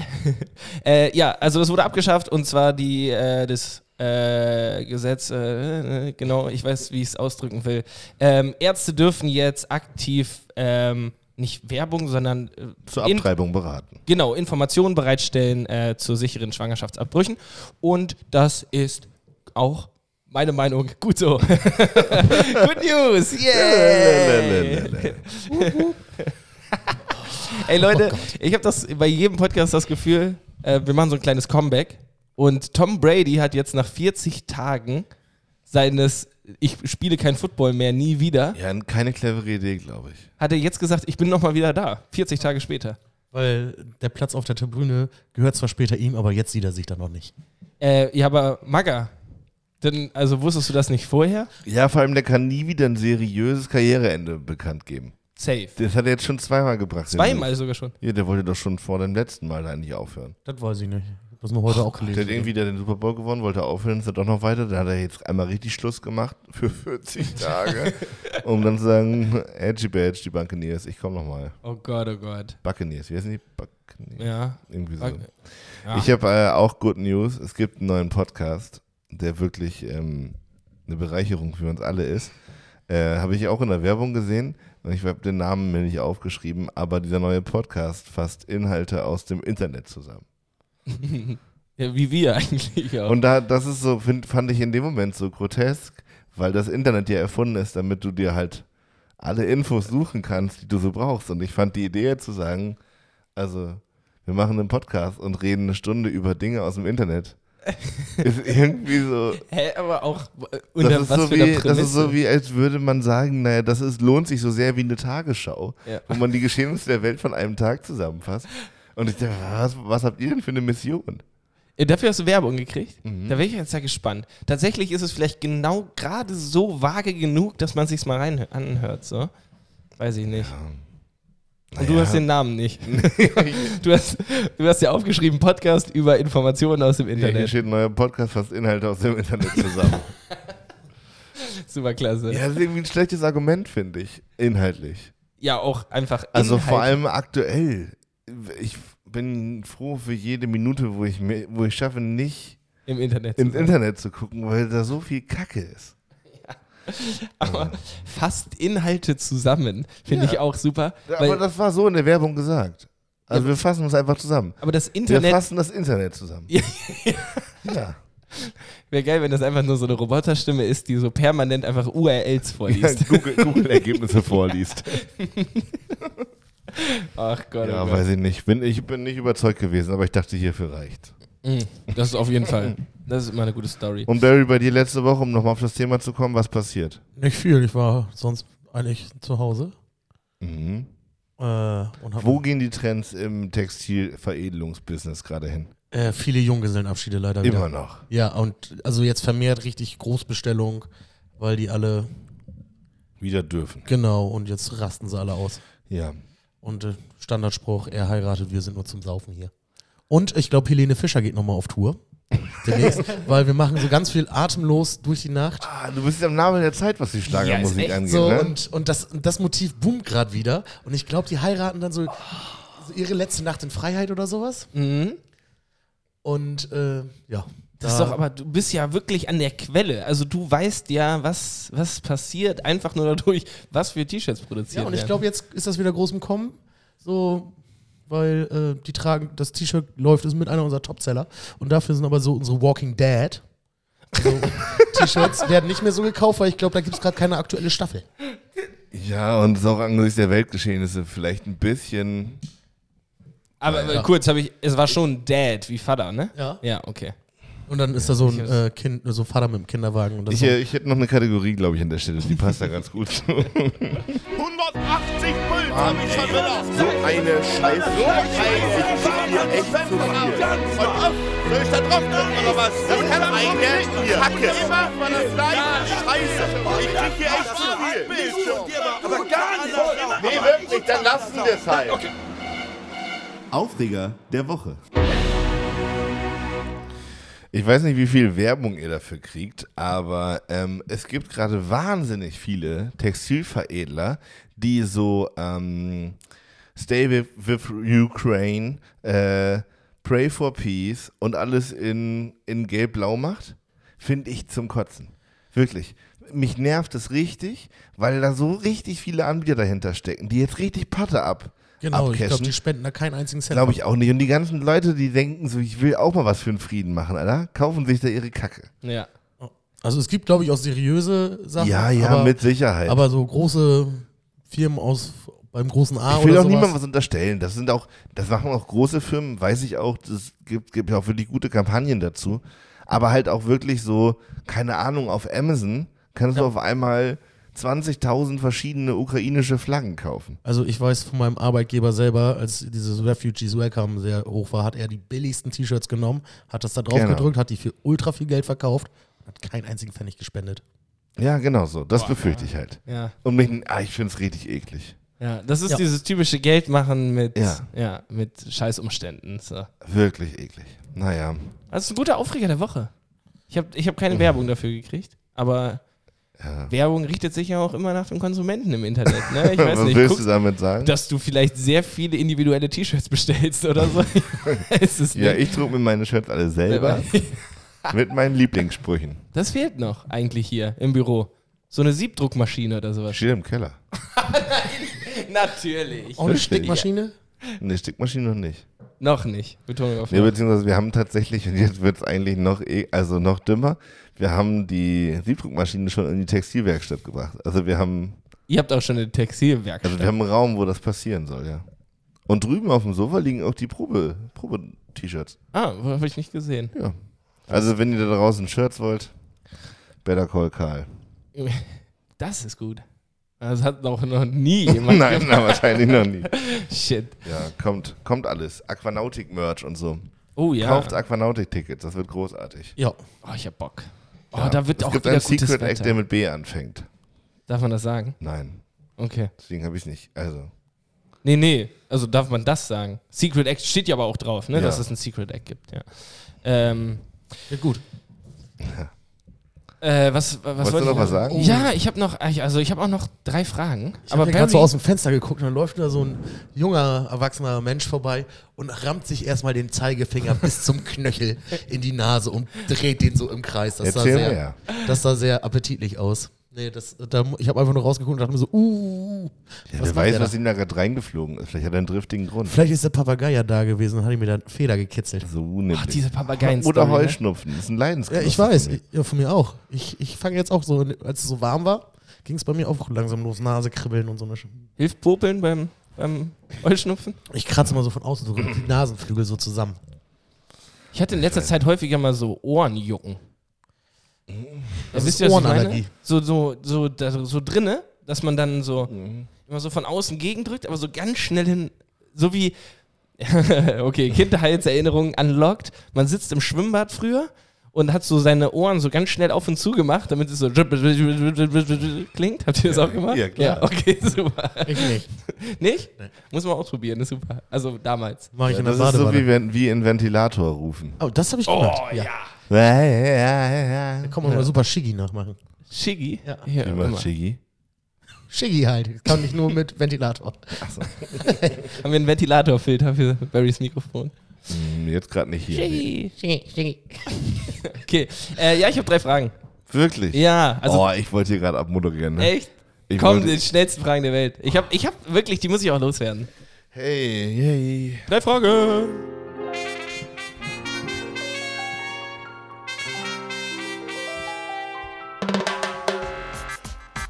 C: äh, ja, also das wurde abgeschafft und zwar die, äh, das äh, Gesetz, äh, äh, genau, ich weiß, wie ich es ausdrücken will. Ähm, Ärzte dürfen jetzt aktiv ähm, nicht Werbung, sondern äh,
A: Zur
C: in-
A: Abtreibung beraten.
C: genau, Informationen bereitstellen äh, zu sicheren Schwangerschaftsabbrüchen. Und das ist auch meine Meinung. Gut so. Good News.
A: Lalalala.
C: Yeah. Ey
A: Oh
C: Leute, ich habe das bei jedem Podcast das Gefühl, äh, wir machen so ein kleines Comeback. Und Tom Brady hat jetzt nach 40 Tagen seines ich spiele kein Football mehr, nie wieder.
A: Ja, keine clevere Idee, glaube ich.
C: Hat er jetzt gesagt, ich bin nochmal wieder da. 40 Tage später.
D: Weil der Platz auf der Tribüne gehört zwar später ihm, aber jetzt sieht er sich da noch nicht.
C: Äh, ja, aber Maga, denn, also wusstest du das nicht vorher?
A: Ja, vor allem, der kann nie wieder ein seriöses Karriereende bekannt geben.
C: Safe.
A: Das hat er jetzt schon zweimal gebracht. den
C: Zweimal sogar schon.
A: Move. Ja, der wollte doch schon vor dem letzten Mal da eigentlich aufhören.
D: Das weiß ich nicht. Ich hab Das nur heute auch gelesen.
A: Der hat irgendwie da den Super Bowl gewonnen, wollte aufhören, ist dann doch noch weiter. Da hat er jetzt einmal richtig Schluss gemacht für 40 Tage, um dann zu sagen, Edgy Badge, die Buccaneers, ich komm nochmal.
C: Oh Gott, oh Gott.
A: Buccaneers, wie heißen die? Buccaneers?
C: Ja.
A: Irgendwie so.
C: Buc- ah. Ja.
A: Ich habe äh, auch Good News. Es gibt einen neuen Podcast, der wirklich ähm, eine Bereicherung für uns alle ist. Äh, habe ich auch in der Werbung gesehen und ich habe den Namen mir nicht aufgeschrieben, aber dieser neue Podcast fasst Inhalte aus dem Internet zusammen.
C: ja. Wie wir eigentlich auch.
A: Und da, das ist so, find, fand ich in dem Moment so grotesk, weil das Internet ja erfunden ist, damit du dir halt alle Infos suchen kannst, die du so brauchst. Und ich fand die Idee zu sagen, also wir machen einen Podcast und reden eine Stunde über Dinge aus dem Internet. ist irgendwie so.
C: Hä, aber auch äh,
A: Das
C: unter
A: ist
C: was
A: so,
C: für einer
A: wie,
C: Prämisse.
A: das ist so wie, als würde man sagen, naja, das ist, lohnt sich so sehr wie eine Tagesschau,
C: Ja.
A: wo man die Geschehnisse der Welt von einem Tag zusammenfasst. Und ich dachte, was, was habt ihr denn für eine Mission?
C: Äh, Dafür hast du Werbung gekriegt?
A: Mhm.
C: Da bin ich jetzt ja gespannt. Tatsächlich ist es vielleicht genau gerade so vage genug, dass man sich's mal rein anhört, so. Weiß ich nicht. Und du
A: Naja.
C: hast den Namen nicht. du, hast, du hast ja aufgeschrieben, Podcast über Informationen aus dem
A: Ja, hier
C: Internet.
A: steht ein neuer Podcast, fasst Inhalte aus dem Internet zusammen.
C: Super klasse.
A: ja, das ist irgendwie ein schlechtes Argument, finde ich, inhaltlich.
C: ja, auch einfach
A: Also vor
C: Inhalte.
A: allem aktuell. Ich bin froh für jede Minute, wo ich, mir, wo ich schaffe, nicht
C: im Internet.
A: ins Internet zu gucken, weil da so viel Kacke ist.
C: aber fast Inhalte zusammen finde
A: Ja.
C: ich auch super. Weil,
A: Aber
C: aber, das,
A: das war so in der Werbung gesagt. Also
C: Ja,
A: wir fassen uns einfach zusammen. Wir
C: Internet
A: fassen das Internet zusammen.
C: Ja.
A: ja.
C: wäre geil, wenn das einfach nur so eine Roboterstimme ist, die so permanent einfach URLs vorliest.
A: Google- Google-Ergebnisse vorliest.
C: Ach Gott,
A: Ja,
C: oh Gott.
A: weiß ich nicht. Bin, ich bin nicht überzeugt gewesen, aber ich dachte, hierfür reicht.
C: Mm, das ist auf jeden Fall. Das ist immer eine gute Story.
A: Und Barry, bei dir letzte Woche, um nochmal auf das Thema zu kommen, was passiert?
D: Nicht viel. Ich war sonst eigentlich zu Hause.
A: Mhm.
D: Äh, und hab
A: Wo gehen die Trends im Textilveredelungsbusiness gerade hin?
D: äh, viele Junggesellenabschiede leider wieder.
A: Immer noch.
D: Ja, und also jetzt vermehrt richtig Großbestellung, weil die alle,
A: Wieder dürfen.
D: genau, und jetzt rasten sie alle aus.
A: Ja.
D: Und äh, Standardspruch, er heiratet, wir sind nur zum Saufen hier. Und ich glaube, Helene Fischer geht nochmal auf Tour. Demnächst, weil wir machen so ganz viel atemlos durch die Nacht.
A: Ah, du bist am Nabel der Zeit, was die
C: Ja, ist
A: Schlagermusik
C: echt
A: angeht.
D: So,
A: ne?
D: und, und das, und das Motiv boomt gerade wieder. Und ich glaube, die heiraten dann so so ihre letzte Nacht in Freiheit oder sowas. Und äh, ja.
C: Mm, Das ist doch, aber du bist ja wirklich an der Quelle. Also du weißt ja, was, was passiert, einfach nur dadurch, was für T-Shirts produziert
D: Ja, und ich
C: werden.
D: glaube, jetzt ist das wieder groß im Kommen. So, weil äh, die tragen, das T-Shirt läuft, ist mit einer unserer Topseller. Und dafür sind aber so unsere Walking Dead. So, T-Shirts werden nicht mehr so gekauft, weil ich glaube, da gibt es gerade keine aktuelle Staffel.
A: Ja, und es ist auch angesichts der Weltgeschehnisse vielleicht ein bisschen.
C: aber aber
D: Ja.
C: kurz habe ich, es war schon Dad wie Vater, ne?
D: Ja.
C: Ja, okay.
D: Und dann ist da so ein äh, Kind, so ein Vater mit dem Kinderwagen. Und das
A: Ich, äh, ich hätte noch eine Kategorie, glaube ich, an der Stelle. Die passt da ganz gut zu.
E: 180 Pult habe ich schon benutzt.
A: So eine Scheiße.
E: So ein Scheiß. Ich bin ganz mal. Soll ich da drauf drücken oder was? Das ist eine Kacke. Immer war das gleiche Scheiße. Ich krieg hier echt zu viel. Aber gar nicht. Nee, wirklich, dann lassen wir es halt.
A: Aufreger der Woche. Ich weiß nicht, wie viel Werbung ihr dafür kriegt, aber ähm, es gibt gerade wahnsinnig viele Textilveredler, die so ähm, Stay with, with Ukraine, äh, Pray for Peace und alles in, in Gelb-Blau macht, finde ich zum Kotzen. Wirklich. Mich nervt es richtig, weil da so richtig viele Anbieter dahinter stecken, die jetzt richtig Patte ab.
D: genau, ich glaube,
A: abcashen.
D: die spenden da keinen einzigen Cent.
A: Glaube ich auch nicht. Und die ganzen Leute, die denken so, ich will auch mal was für den Frieden machen, Alter, kaufen sich da ihre Kacke.
C: Ja.
D: Also es gibt, glaube ich, auch seriöse Sachen.
A: ja, ja,
D: aber,
A: mit Sicherheit.
D: Aber so große Firmen aus beim großen A
A: ich will
D: oder
A: auch
D: sowas.
A: niemandem was unterstellen. Das sind auch, das machen auch große Firmen, weiß ich auch. Das gibt, gibt ja auch wirklich gute Kampagnen dazu. Aber halt auch wirklich so, keine Ahnung, auf Amazon kannst du auf einmal 20.000 verschiedene ukrainische Flaggen kaufen.
D: Also ich weiß von meinem Arbeitgeber selber, als dieses Refugees Welcome sehr hoch war, hat er die billigsten T-Shirts genommen, hat das da drauf
A: Genau.
D: gedrückt, hat die für ultra viel Geld verkauft, hat keinen einzigen Pfennig gespendet.
A: Ja, genau so. Das befürchte ich halt.
C: Ja.
A: Und mich, ah, ich finde es richtig eklig.
C: Ja, das ist
D: Ja.
C: dieses typische Geldmachen mit, ja.
A: Ja.
C: mit Scheißumständen. So.
A: Wirklich eklig. Naja.
C: Das ist ein guter Aufreger der Woche. Ich habe ich hab keine Werbung dafür gekriegt, aber
A: Ja.
C: Werbung richtet sich ja auch immer nach dem Konsumenten im Internet. Ne? Ich weiß
A: was
C: nicht,
A: willst du
C: guck,
A: damit sagen?
C: dass du vielleicht sehr viele individuelle T-Shirts bestellst oder so. Ich weiß es
A: Ja,
C: nicht.
A: ich druck mir meine Shirts alle selber mit meinen Lieblingssprüchen.
C: Das fehlt noch eigentlich hier im Büro. So eine Siebdruckmaschine oder sowas.
A: Steht im Keller.
C: Natürlich.
D: Auch eine
A: Verstehe.
D: Stickmaschine?
A: Eine Stickmaschine noch nicht.
C: Noch nicht. Betonung auf
A: Nee,
C: noch.
A: beziehungsweise wir haben tatsächlich, und jetzt wird es eigentlich noch, eh- also noch dümmer, wir haben die Siebdruckmaschine schon in die Textilwerkstatt gebracht. Also wir haben,
C: Ihr habt auch schon eine Textilwerkstatt.
A: also wir haben einen Raum, wo das passieren soll, ja. Und drüben auf dem Sofa liegen auch die Probe, Probe-T-Shirts.
C: ah, habe ich nicht gesehen.
A: Ja. Also wenn ihr da draußen Shirts wollt, Better Call Karl.
C: Das ist gut. Das hat noch, noch nie jemand.
A: Nein, na, wahrscheinlich noch nie.
C: Shit.
A: Ja, kommt, kommt alles. Aquanautik-Merch und so.
C: Oh ja.
A: Kauft Aquanautik-Tickets, das wird großartig.
D: Ja.
C: Oh, ich hab Bock. Oh, da wird
A: es
C: auch
A: gibt
C: wieder
A: einen
C: gutes
A: Secret Act, der
C: Wetter.
A: mit B anfängt.
C: Darf man das sagen?
A: Nein,
C: Okay.
A: deswegen habe ich es nicht. Also,
C: Nee, nee. Also darf man das sagen. Secret Act steht ja aber auch drauf, ne?
A: Ja.
C: Dass es einen Secret Act gibt, ja. Ähm,
D: Ja gut.
C: äh, was,
A: wolltest
C: was
A: du
C: wollte
A: noch
C: ich
A: was sagen?
C: Ja, ich habe noch, also ich habe auch noch drei Fragen.
D: Ich
C: aber
D: habe gerade
C: Barry,
D: so aus dem Fenster geguckt und dann läuft da so ein junger, erwachsener Mensch vorbei und rammt sich erstmal den Zeigefinger bis zum Knöchel in die Nase und dreht den so im Kreis. Das sah
A: Erzähl
D: sehr,
A: mehr.
D: Das sah sehr appetitlich aus. Nee, das, da, ich habe einfach nur rausgeguckt und dachte mir so, uh,
A: ja,
D: was
A: wer
D: macht
A: weiß,
D: der da?
A: was ihm da gerade reingeflogen ist. Vielleicht hat er einen driftigen Grund.
D: Vielleicht ist der Papagei ja da gewesen und hat ihm mit der Feder gekitzelt.
A: so nämlich.
C: Ach, diese ne? Papageien.
A: Oder
C: Heuschnupfen.
A: Heuschnupfen. Das ist ein
D: Ja,
A: Leidensgenosse.
D: ich weiß, ich, ja, von mir auch. Ich, ich fange jetzt auch so, als es so warm war, ging es bei mir auch langsam los, Nase kribbeln und so eine. Sch
C: Hilft Popeln beim, beim Heuschnupfen?
D: ich kratze mal so von außen so die Nasenflügel so zusammen.
C: Ich hatte in letzter Zeit häufiger mal so Ohrenjucken.
D: Das
A: Mhm.
C: Ja,
D: ist
C: wisst ihr, was ich
D: Ohrenallergie.
C: meine? So, so, so, da, so drinne, dass man dann so
A: Mhm.
C: immer so von außen gegendrückt, aber so ganz schnell hin, so wie, okay, Kindheitserinnerungen unlocked. Man sitzt im Schwimmbad früher und hat so seine Ohren so ganz schnell auf und zu gemacht, damit es so klingt. Habt ihr das auch gemacht?
A: Ja, klar.
C: Ja, okay, super.
D: Ich nicht.
C: Nicht? Muss man ausprobieren, ist super. Also damals.
D: Mach ich in der
A: Das ist so
D: Badewanne.
A: wie, wenn, wie in Ventilator rufen.
D: oh, das habe ich gemacht. ja. Da kann man mal super Shiggy nachmachen.
C: Shiggy?
D: Ja.
C: Hier,
A: Wie
C: immer.
A: macht Shiggy?
D: Shiggy halt. Das Kann nicht nur mit Ventilator.
C: Haben wir einen Ventilatorfilter für Barrys Mikrofon?
A: Hm, Jetzt gerade nicht hier.
C: Shiggy.
D: Shiggy, Shiggy.
C: Okay. Äh, ja, ich habe drei Fragen.
A: Wirklich?
C: Ja, also
A: oh, ich wollte hier gerade abmoderieren. Ne?
C: echt.
A: Ich
C: Komm,
A: wollte-
C: den schnellsten Fragen der Welt. Ich habe ich hab wirklich, die muss ich auch loswerden.
A: Hey, hey.
C: Drei Fragen.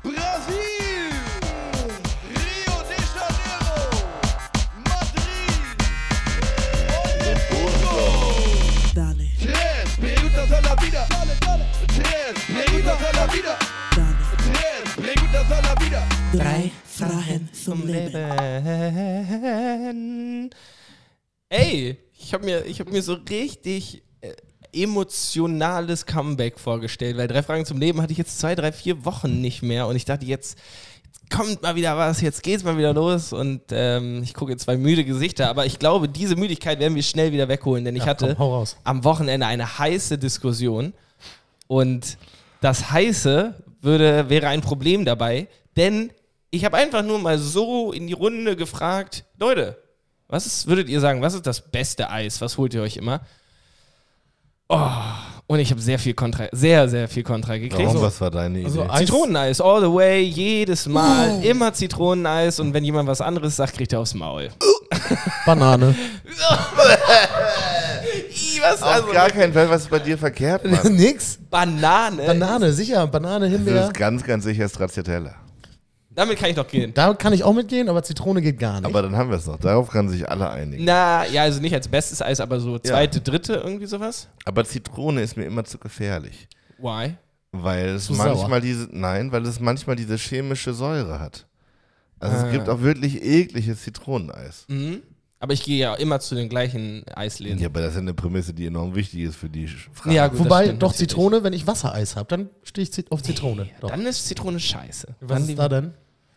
E: Brasil, Rio de Janeiro, Madrid, Oldenburgo.
F: Dale,
E: Tres preguntas a la vida. Tres preguntas a la vida.
F: dale.
E: Tres preguntas a la vida.
F: Drei Fragen zum Leben.
C: Leben. Ey, ich habe mir, ich hab mir so richtig äh, emotionales Comeback vorgestellt, weil drei Fragen zum Leben hatte ich jetzt zwei, drei, vier Wochen nicht mehr und ich dachte jetzt, jetzt kommt mal wieder was, jetzt geht's mal wieder los und ähm, ich gucke jetzt zwei müde Gesichter, aber ich glaube, diese Müdigkeit werden wir schnell wieder wegholen, denn ich
D: Ja,
C: hatte
D: komm, hau raus.
C: am Wochenende eine heiße Diskussion und das Heiße würde, wäre ein Problem dabei, denn ich habe einfach nur mal so in die Runde gefragt, Leute, was ist, würdet ihr sagen, was ist das beste Eis? Was holt ihr euch immer? Oh, und ich habe sehr viel Kontra, sehr, sehr viel Kontra gekriegt.
A: Warum, was war deine Idee?
D: Also Eis,
C: Zitroneneis, all the way, jedes Mal, immer Zitroneneis und wenn jemand was anderes sagt, kriegt er aufs Maul.
A: Oh
D: Banane.
C: Ih, was?
A: Auf
C: Also,
A: gar keinen Fall, was ist bei dir verkehrt, Mann?
D: Nix.
C: Banane.
D: Banane, sicher. Banane,
A: Das
D: Himbeer.
A: ist ganz, ganz sicher Stracciatella.
C: Damit kann ich noch gehen.
D: Da kann ich auch mitgehen, aber Zitrone geht gar nicht.
A: Aber dann haben wir es noch. Darauf können sich alle einigen.
C: Na, ja, also nicht als bestes Eis, aber so zweite, dritte, irgendwie sowas.
A: Aber Zitrone ist mir immer zu gefährlich.
C: Why?
A: Weil es
D: Zu
A: manchmal
D: sauer.
A: diese, nein, weil es manchmal diese chemische Säure hat. Also es
C: Ah.
A: gibt auch wirklich ekliges Zitroneneis.
C: Mhm. Aber ich gehe ja immer zu den gleichen Eisläden.
A: Ja, aber das ist ja eine Prämisse, die enorm wichtig ist für die Sch- Frage.
C: Ja, gut, das
D: Wobei,
C: stimmt
D: doch
C: natürlich.
D: Zitrone, wenn ich Wassereis habe, dann stehe ich Zit- auf Zitrone. doch.
C: Dann ist Zitrone scheiße.
D: Was
C: Dann
D: ist
C: die-
D: da denn?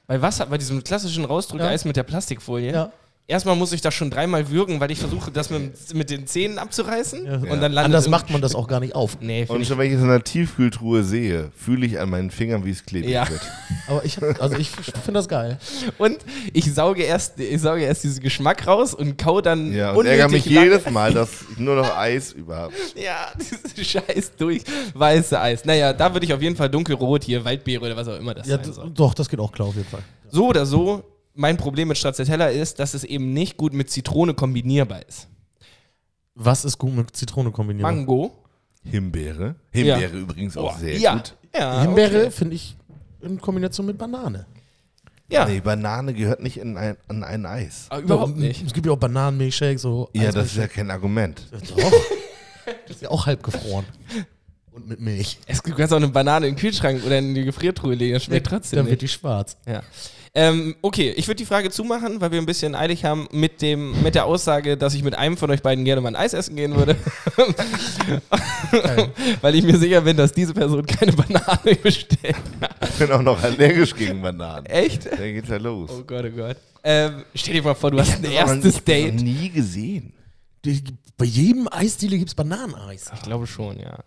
C: Bei Wasser, bei diesem klassischen Rausdrückeis mit der Plastikfolie.
D: Ja.
C: Erstmal muss ich das schon dreimal würgen, weil ich versuche, das mit, mit den Zähnen abzureißen. Und dann landet
D: Anders
C: irgend-
D: macht man das auch gar nicht auf.
C: Nee,
A: Und
C: finde ich.
A: schon wenn ich es in der Tiefkühltruhe sehe, fühle ich an meinen Fingern, wie es klebrig
C: Ja.
A: wird.
D: Aber ich, hab- also ich finde das geil.
C: Und ich sauge erst, ich sauge erst diesen Geschmack raus und kau dann
A: Ja, und
C: unnötig
A: ärgere mich
C: lange-
A: jedes Mal, dass ich nur noch Eis über habe.
C: Ja, dieses scheiß durch weiße Eis. Naja, da würde ich auf jeden Fall dunkelrot hier, Waldbeere oder was auch immer das
D: Ja,
C: sein
D: d-
C: soll.
D: doch, das geht auch klar auf jeden Fall.
C: So oder so, mein Problem mit Stracciatella ist, dass es eben nicht gut mit Zitrone kombinierbar ist.
D: Was ist gut mit Zitrone kombiniert?
C: Mango.
A: Himbeere. Himbeere übrigens auch sehr
C: Oh, ja.
A: gut.
C: Ja,
D: Himbeere
C: okay.
D: finde ich in Kombination mit Banane.
C: Ja,
A: Nee, Banane gehört nicht in ein, an ein Eis.
C: aber überhaupt
D: Doch,
C: nicht.
D: Es gibt ja auch Bananenmilchshake, so.
A: Ja,
D: Eis-
A: das ist ja kein Argument.
D: Doch. das ist ja auch halb gefroren. Und mit Milch.
C: Es gibt ganz auch eine Banane im Kühlschrank oder in die Gefriertruhe legen, das schmeckt trotzdem
D: Dann
C: nicht.
D: wird die schwarz.
C: Ja. Ähm, okay, ich würde die Frage zumachen, weil wir ein bisschen eilig haben mit, dem, mit der Aussage, dass ich mit einem von euch beiden gerne mal ein Eis essen gehen würde. weil ich mir sicher bin, dass diese Person keine Banane bestellt. hat.
A: Ich bin auch noch allergisch gegen Bananen.
C: Echt?
A: Da geht's ja los.
C: Oh Gott, oh Gott. Ähm, stell dir mal vor, du hast ein
A: Aber
C: erstes
A: ich hab's noch
C: Date.
A: nie gesehen.
D: Die, bei jedem Eisdiele gibt es Bananeneis.
C: Ich glaube schon, ja.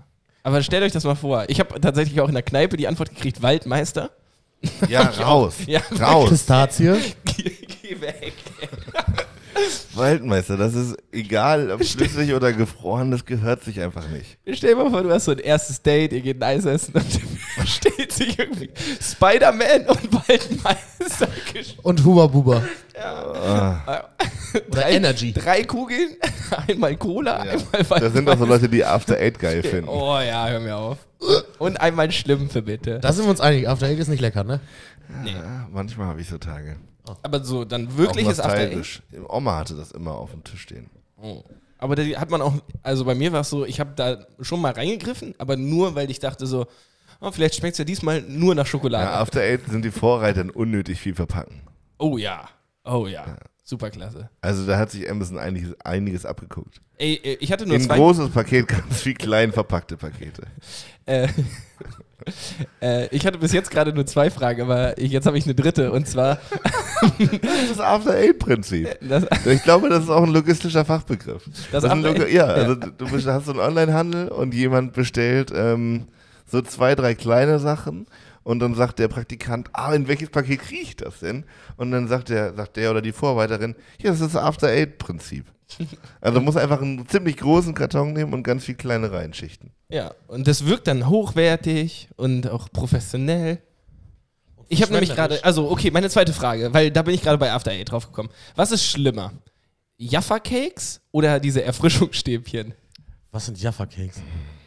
C: Aber stellt euch das mal vor. Ich habe tatsächlich auch in der Kneipe die Antwort gekriegt, Waldmeister.
A: Ja, raus.
C: Ja.
A: Raus.
D: Pistazie.
C: geh, geh weg.
A: Waldmeister, das ist egal, ob flüssig oder gefroren, das gehört sich einfach nicht.
C: Stell dir mal vor, du hast so ein erstes Date, ihr geht ein Eis essen und versteht sich irgendwie Spider-Man und Waldmeister. gesch-
D: Und Huba Buba. Oder
C: Drei-
D: Energy.
C: Drei Kugeln, einmal Cola,
A: Ja.
C: einmal
A: Das sind auch so Leute, die After Eight geil
C: Waldmeister.
A: finden.
C: Oh ja, hör mir auf. Und einmal Schlümpfe, bitte.
D: Da sind wir uns einig. After Eight ist nicht lecker, ne?
A: Ja, manchmal habe ich so Tage.
C: Aber so, dann wirkliches
A: Auch
C: After Eight.
A: nostalgisch. Oma hatte das immer auf dem Tisch stehen.
C: Aber da hat man auch, also bei mir war es so, ich habe da schon mal reingegriffen, aber nur, weil ich dachte so, oh, vielleicht schmeckt es ja diesmal nur nach Schokolade.
A: Ja, After Eight sind die Vorreiter in unnötig viel verpacken.
C: oh ja, oh ja. Superklasse.
A: Also da hat sich Amazon einiges, einiges abgeguckt.
C: Ey, äh, ich hatte nur
A: In ein
C: zwei.
A: großes Paket, ganz viel klein verpackte Pakete.
C: Äh, äh, ich hatte bis jetzt gerade nur zwei Fragen, aber ich, jetzt habe ich eine dritte. Und zwar,
A: Das ist After-Eight-Prinzip.
C: das,
A: Ich glaube, das ist auch ein logistischer Fachbegriff.
C: Das
A: ist ein
C: After-
A: Logi- ja, also du bist, hast so einen Online-Handel und jemand bestellt ähm, so zwei, drei kleine Sachen und dann sagt der Praktikant, ah, in welches Paket kriege ich das denn? Und dann sagt der, sagt der oder die Vorarbeiterin, ja, das ist das After-Eight-Prinzip. Also muss einfach einen ziemlich großen Karton nehmen und ganz viel kleine reinschichten.
C: ja, und das wirkt dann hochwertig und auch professionell. Ich habe nämlich gerade, also okay, meine zweite Frage, weil da bin ich gerade bei After Eight draufgekommen. Was ist schlimmer? Jaffa Cakes oder diese Erfrischungsstäbchen?
D: Was sind Jaffa-Cakes?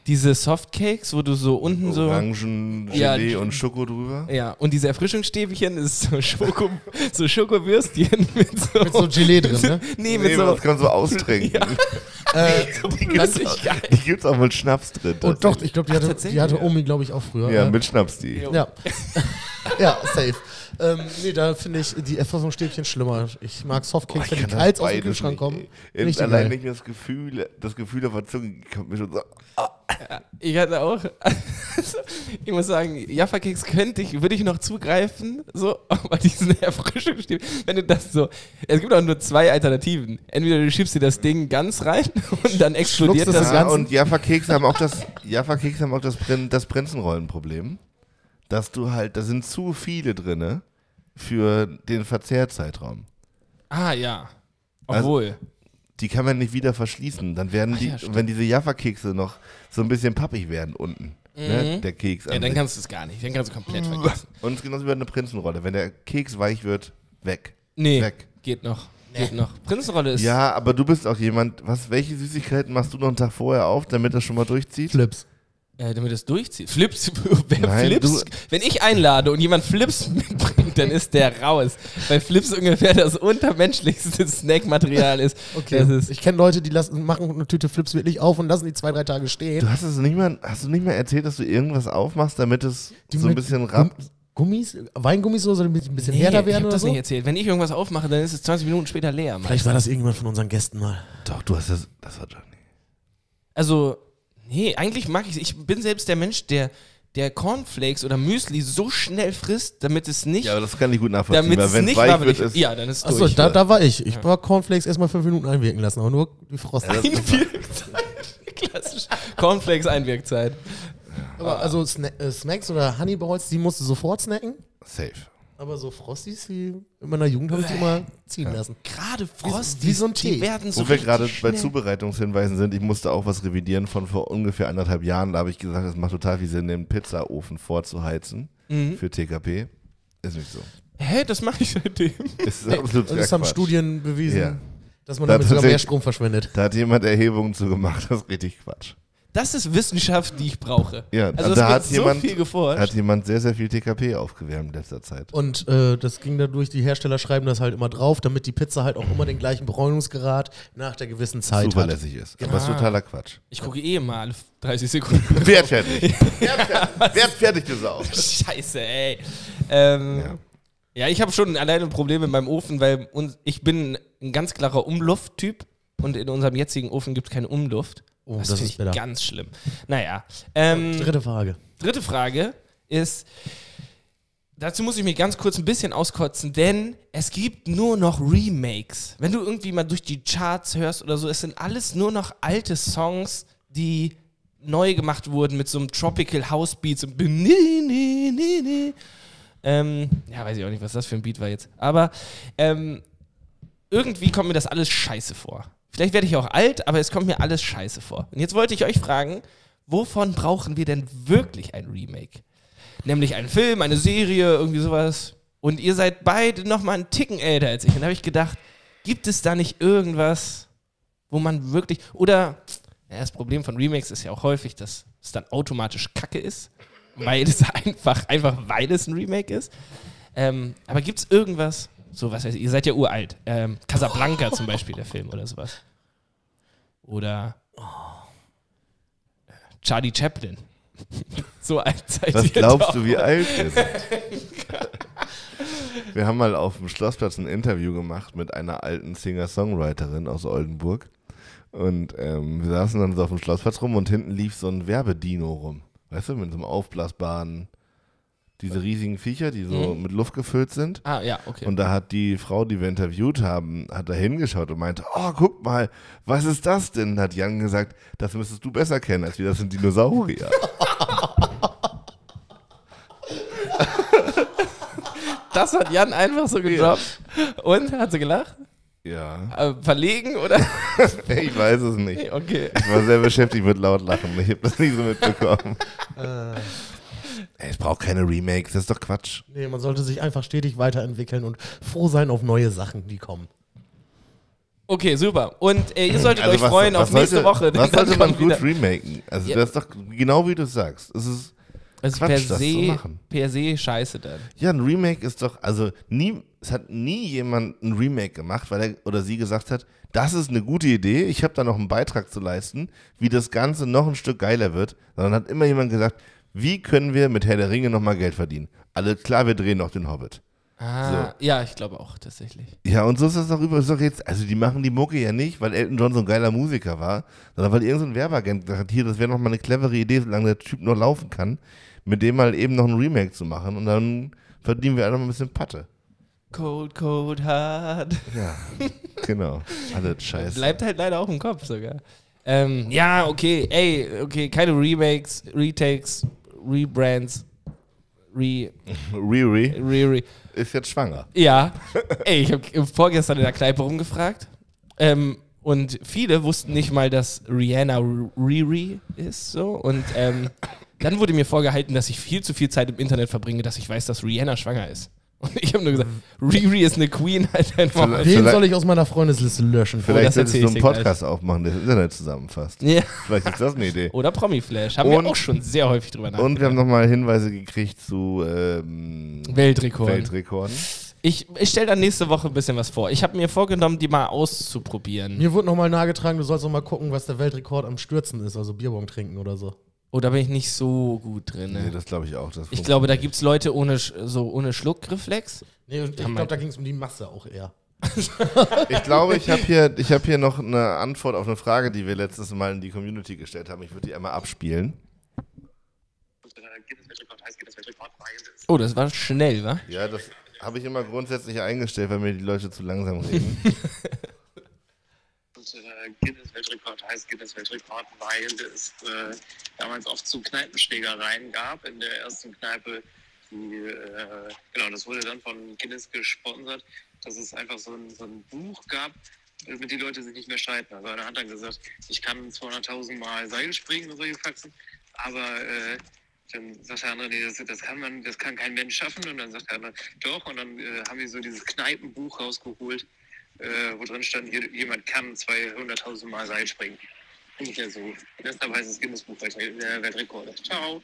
C: Diese Softcakes, wo du so unten so.
A: Orangen,
C: Ja,
A: Gelee
C: die-
A: und Schoko drüber.
C: Ja, und diese Erfrischungsstäbchen ist so, Schoko, so Schokowürstchen mit so.
D: Mit so Gelee drin, ne?
C: nee, mit so.
A: das kann man so austrinken.
C: Ja.
D: äh,
C: Die
A: Gibt's auch- Die gibt es auch mit Schnaps drin.
D: oh doch, ich glaube, die hatte,
C: tatsächlich,
D: die hatte
C: ja.
D: Omi, glaube ich, auch früher.
A: ja,
D: äh,
A: mit Schnaps die.
C: Jo.
D: Ja. ja, safe. Ähm, nee, da finde ich die Erfassungsstäbchen schlimmer. Ich mag Softcakes, wenn die
A: Oh, kann das
D: kalt aus dem
A: beides
D: Kühlschrank
A: nicht,
D: kommen.
A: ey.
D: Richtig
A: allein
D: geil.
A: nicht das Gefühl, das Gefühl auf der Zunge kommt mir schon so.
C: Ich hatte auch. Also, ich muss sagen, Jaffa Cakes könnte ich, würde ich noch zugreifen, so, aber diesen Erfrischungsstäbchen, wenn du das so. Es gibt auch nur zwei Alternativen. Entweder du schiebst dir das Ding ganz rein und dann explodiert
D: Schluckst es
C: das.
D: rein.
A: Ja,
D: Ganze-
A: Ah, und Jaffa Kekse haben auch das Jaffa Kekse haben auch das, Prin das Prinzenrollenproblem, dass du halt, da sind zu viele drinne für den Verzehrzeitraum.
C: Ah, ja.
A: Also-
C: Obwohl.
A: Die kann man nicht wieder verschließen. Dann werden die,
C: ja, stimmt.
A: wenn diese Jaffa Kekse noch so ein bisschen pappig werden unten,
D: Mhm.
A: ne, der Keks.
C: ja,
A: an
C: dann
A: sich.
C: kannst du es gar nicht. Dann kannst du komplett vergessen.
A: und es ist genauso wie bei einer Prinzenrolle. Wenn der Keks weich wird, weg.
C: Nee.
A: Weg.
C: Geht noch. Geht noch. Prinzenrolle ist.
A: Ja, aber du bist auch jemand, was, welche Süßigkeiten machst du noch einen Tag vorher auf, damit das schon mal durchzieht?
D: Flips.
C: Äh, damit es durchzieht. Flips, wer
A: Nein,
C: Flips?
A: du-
C: Wenn ich einlade und jemand Flips mitbringt, dann ist der raus. Weil Flips ungefähr das untermenschlichste Snackmaterial ist.
D: Okay.
C: Das ist
D: ich kenne Leute, die lassen, machen eine Tüte Flips wirklich auf und lassen die zwei, drei Tage stehen.
A: Du hast es nicht mal, hast du nicht mal erzählt, dass du irgendwas aufmachst, damit es
D: Die
A: so ein
D: mit
A: bisschen
D: Gum-
C: um-
A: rapp.
D: Gummis, Weingummis oder so, damit die ein bisschen
C: Nee,
D: härter
C: ich
D: werden
C: hab
D: oder
C: das
D: so.
C: nicht erzählt. Wenn ich irgendwas aufmache, dann ist es 20 Minuten später leer. Mann.
D: Vielleicht war das irgendwann von unseren Gästen mal.
A: Doch, du hast das. Das war Johnny.
C: Also, nee, eigentlich mag ich es. Ich bin selbst der Mensch, der, der Cornflakes oder Müsli so schnell frisst, damit es nicht,
A: Ja, aber das kann ich gut nachvollziehen,
C: damit es
A: weil wenn es
C: nicht
A: weich
C: wabbelig
A: wird,
C: ist.
A: ist.
C: Ja, dann ist es
D: Achso,
C: durch.
D: da, da war ich. Ich war Cornflakes erstmal fünf Minuten einwirken lassen, aber nur die Frost.
C: Einwirkzeit. Klassisch. Cornflakes Einwirkzeit.
D: aber also Sna äh, Smacks oder Honeyballs, die musst du sofort snacken.
A: Safe.
D: Aber so Frosties, die in meiner Jugend habe ich die immer ziehen lassen.
C: Gerade
D: Frosties,
C: Frosties,
D: wie so ein Tee.
C: die werden so
A: Wo wir gerade
C: richtig
A: bei
C: schnell.
A: Zubereitungshinweisen sind, ich musste auch was revidieren von vor ungefähr anderthalb Jahren. Da habe ich gesagt, es macht total viel Sinn, den Pizzaofen vorzuheizen
C: Mhm.
A: für TKP. Ist nicht so.
C: Hä, das mache ich seitdem.
A: Es ist absolut
D: Also das haben
A: Quatsch.
D: Studien bewiesen,
A: Ja.
D: dass man
A: Da
D: damit sogar
A: tatsächlich-
D: mehr Strom verschwendet.
A: Da hat jemand Erhebungen zu gemacht. Das ist richtig Quatsch.
C: Das ist Wissenschaft, die ich brauche.
A: Ja,
C: also
A: da
C: es
A: hat
C: wird
A: jemand,
C: so viel geforscht.
A: hat jemand sehr, sehr viel TKP aufgewärmt in letzter Zeit.
D: Und äh, das ging dadurch, die Hersteller schreiben das halt immer drauf, damit die Pizza halt auch immer den gleichen Bräunungsgrad nach der gewissen Zeit hat.
A: Zuverlässig ist. Aber es ist totaler Quatsch.
C: ich gucke eh mal 30 Sekunden.
A: Wertfertig. Wertfertig. Wertfertig gesaugt.
C: Scheiße, ey. Ähm, ja.
A: Ja.
C: ich habe schon alleine ein Problem mit meinem Ofen, weil uns, ich bin ein ganz klarer Umlufttyp und in unserem jetzigen Ofen gibt es keine Umluft.
D: Oh,
C: das
D: das
C: finde
D: ist
C: ich
D: bitter.
C: ganz schlimm. Naja. Ähm,
D: Dritte Frage.
C: dritte Frage ist, dazu muss ich mich ganz kurz ein bisschen auskotzen, denn es gibt nur noch Remakes. Wenn du irgendwie mal durch die Charts hörst oder so, es sind alles nur noch alte Songs, die neu gemacht wurden mit so einem Tropical House Beat. So bim- ni- ni- ni- ni. ähm, ja, weiß ich auch nicht, was das für ein Beat war jetzt. Aber ähm, irgendwie kommt mir das alles scheiße vor. Vielleicht werde ich auch alt, aber es kommt mir alles scheiße vor. Und jetzt wollte ich euch fragen, wovon brauchen wir denn wirklich ein Remake? Nämlich einen Film, eine Serie, irgendwie sowas. Und ihr seid beide nochmal einen Ticken älter als ich. Und da habe ich gedacht, gibt es da nicht irgendwas, wo man wirklich. Oder ja, das Problem von Remakes ist ja auch häufig, dass es dann automatisch Kacke ist. Weil es einfach, einfach weil es ein Remake ist. Ähm, aber gibt es irgendwas, so was weiß ich, ihr seid ja uralt. Ähm, Casablanca zum Beispiel, der Film oder sowas. Oder äh, Charlie Chaplin. so alt seid
A: Was
C: ihr
A: glaubst
C: doch.
A: du, wie alt ist? Wir haben mal auf dem Schlossplatz ein Interview gemacht mit einer alten Singer-Songwriterin aus Oldenburg. Und ähm, wir saßen dann so auf dem Schlossplatz rum und hinten lief so ein Werbedino rum. Weißt du, mit so einem aufblasbaren, diese riesigen Viecher, die so mit Luft gefüllt sind.
C: Ah, ja, okay.
A: Und da hat die Frau, die wir interviewt haben, hat da hingeschaut und meinte, oh, guck mal, was ist das denn? Hat Jan gesagt, das müsstest du besser kennen, als wir, das sind Dinosaurier.
C: das hat Jan einfach so gedroppt. Und hat sie gelacht?
A: ja,
C: Äh, verlegen oder?
A: ich weiß es nicht.
C: Okay.
A: Ich war sehr beschäftigt mit laut lachen, ich habe das nicht so mitbekommen.
C: Äh.
A: Ey, es braucht keine Remakes, das ist doch Quatsch.
D: Nee, man sollte sich einfach stetig weiterentwickeln und froh sein auf neue Sachen, die kommen.
C: Okay, super. Und äh, ihr solltet
A: Also
C: euch freuen auf
A: was sollte,
C: nächste Woche.
A: Was
C: Dann
A: sollte man
C: kommt
A: gut
C: wieder-
A: remaken? Also
C: Ja.
A: das ist doch genau wie du es sagst. Es ist
C: Es ist
A: Quatsch,
C: Also per
A: das zu
C: se,
A: machen.
C: per se scheiße dann.
A: Ja, ein Remake ist doch, also nie, es hat nie jemand ein Remake gemacht, weil er oder sie gesagt hat, das ist eine gute Idee, ich habe da noch einen Beitrag zu leisten, wie das Ganze noch ein Stück geiler wird, sondern hat immer jemand gesagt, wie können wir mit Herr der Ringe nochmal Geld verdienen? Alle klar, wir drehen noch den Hobbit.
C: Ah, Ja, ich glaube auch tatsächlich.
A: Ja, und so ist das doch über, ist doch jetzt, also die machen die Mucke ja nicht, weil Elton John so ein geiler Musiker war, sondern weil irgendein so Werbeagent gesagt hat, hier, das wäre nochmal eine clevere Idee, solange der Typ noch laufen kann, mit dem mal eben noch ein Remake zu machen und dann verdienen wir alle mal ein bisschen Patte.
C: Cold, cold, hard.
A: Ja, genau. Alles scheiße.
C: Bleibt halt leider auch im Kopf sogar. Ähm, ja, okay, ey, okay, keine Remakes, Retakes, Rebrands, Re,
A: Riri
C: Re, Re.
A: ist jetzt schwanger.
C: Ja, ey, ich habe vorgestern in der Kneipe rumgefragt ähm, und viele wussten nicht mal, dass Rihanna Riri ist so und ähm, dann wurde mir vorgehalten, dass ich viel zu viel Zeit im Internet verbringe, dass ich weiß, dass Rihanna schwanger ist. Und ich habe nur gesagt, Riri ist eine Queen, halt einfach. mal.
D: Wen
A: Mhm. Vielleicht-
D: soll ich aus meiner Freundesliste löschen?
A: Vielleicht
C: das
A: solltest
C: erzähl
A: du einen
C: ich dir gleich.
A: Podcast aufmachen, der das Internet zusammenfasst.
C: Ja.
A: Vielleicht ist das eine Idee.
C: Oder Promi-Flash. Haben
A: Und-
C: wir auch schon sehr häufig drüber
A: Und wir
C: nachgedacht.
A: haben nochmal Hinweise gekriegt zu ähm,
C: Weltrekord.
A: Weltrekorden.
C: Ich, ich stelle dann nächste Woche ein bisschen was vor. Ich habe mir vorgenommen, die mal auszuprobieren.
D: Mir wurde nochmal nahegetragen, du sollst noch mal gucken, was der Weltrekord am Stürzen ist, also Bierbong trinken oder so.
C: Oh, da bin ich nicht so gut drin.
A: Nee,
C: Ne?
A: das glaube ich auch. Das
C: ich glaube, da gibt es Leute ohne, Sch- so ohne Schluckreflex.
D: Nee, und ich
C: Ja, mein-
D: glaube, da ging es um die Masse auch eher.
A: ich, glaube, ich habe hier, ich hab hier noch eine Antwort auf eine Frage, die wir letztes Mal in die Community gestellt haben. Ich würde die einmal abspielen.
C: Oh, das war schnell, wa?
A: Ja, das habe ich immer grundsätzlich eingestellt, weil mir die Leute zu langsam reden.
G: Und äh, Guinness-Weltrekord heißt Guinness-Weltrekord, weil es äh, damals oft zu Kneipenschlägereien gab. In der ersten Kneipe, die, äh, genau, das wurde dann von Guinness gesponsert, dass es einfach so ein, so ein Buch gab, damit die Leute sich nicht mehr streiten. Also einer hat dann gesagt, ich kann 200.000 Mal Seil springen und solche Faxen, aber äh, dann sagt der andere, nee, das, das kann man, das kann kein Mensch schaffen. Und dann sagt der andere, doch. Und dann äh, haben wir so dieses Kneipenbuch rausgeholt, äh, wo drin stand, hier, jemand kann 200.000 Mal Seil springen. Ungefähr so. Deshalb heißt es Guinness-Buch der Weltrekorde. Ciao.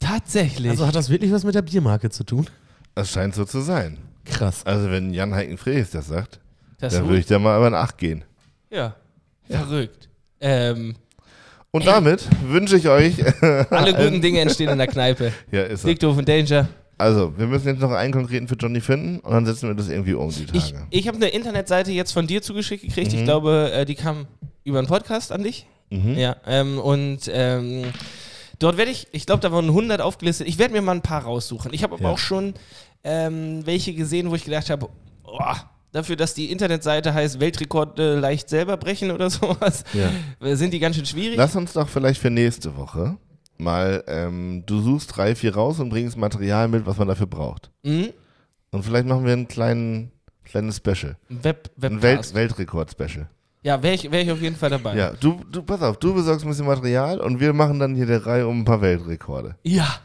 C: Tatsächlich.
D: Also hat das wirklich was mit der Biermarke zu tun?
A: Das scheint so zu sein.
D: Krass.
A: Also, wenn Jan Heiken Frees das sagt,
C: das
A: dann würde ich da mal über nach gehen.
C: ja. Verrückt. Ähm,
A: Und damit wünsche ich euch.
C: alle guten Dinge entstehen in der Kneipe.
A: ja, ist so.
C: Dick, doof und Danger.
A: Also, wir müssen jetzt noch einen konkreten für Johnny finden und dann setzen wir das irgendwie um die
C: Ich,
A: Tage.
C: ich habe eine Internetseite jetzt von dir zugeschickt gekriegt.
A: Mhm.
C: Ich glaube, äh, die kam über einen Podcast an dich. Ja, ähm, und ähm, dort werde ich, ich glaube, da waren 100 aufgelistet. Ich werde mir mal ein paar raussuchen. Ich habe aber
A: Ja.
C: auch schon ähm, welche gesehen, wo ich gedacht habe, oh, dafür, dass die Internetseite heißt Weltrekorde leicht selber brechen oder sowas, äh, sind die ganz schön schwierig.
A: Lass uns doch vielleicht für nächste Woche mal, ähm, du suchst drei, vier raus und bringst Material mit, was man dafür braucht.
C: Mhm.
A: Und vielleicht machen wir ein kleinen, kleines Special.
C: Web,
A: Ein
C: Webcast.
A: Welt, Weltrekord-Special.
C: ja, wäre ich, wär ich auf jeden Fall dabei.
A: Ja, du, du, pass auf, du besorgst ein bisschen Material und wir machen dann hier der Reihe um ein paar Weltrekorde.
C: Ja.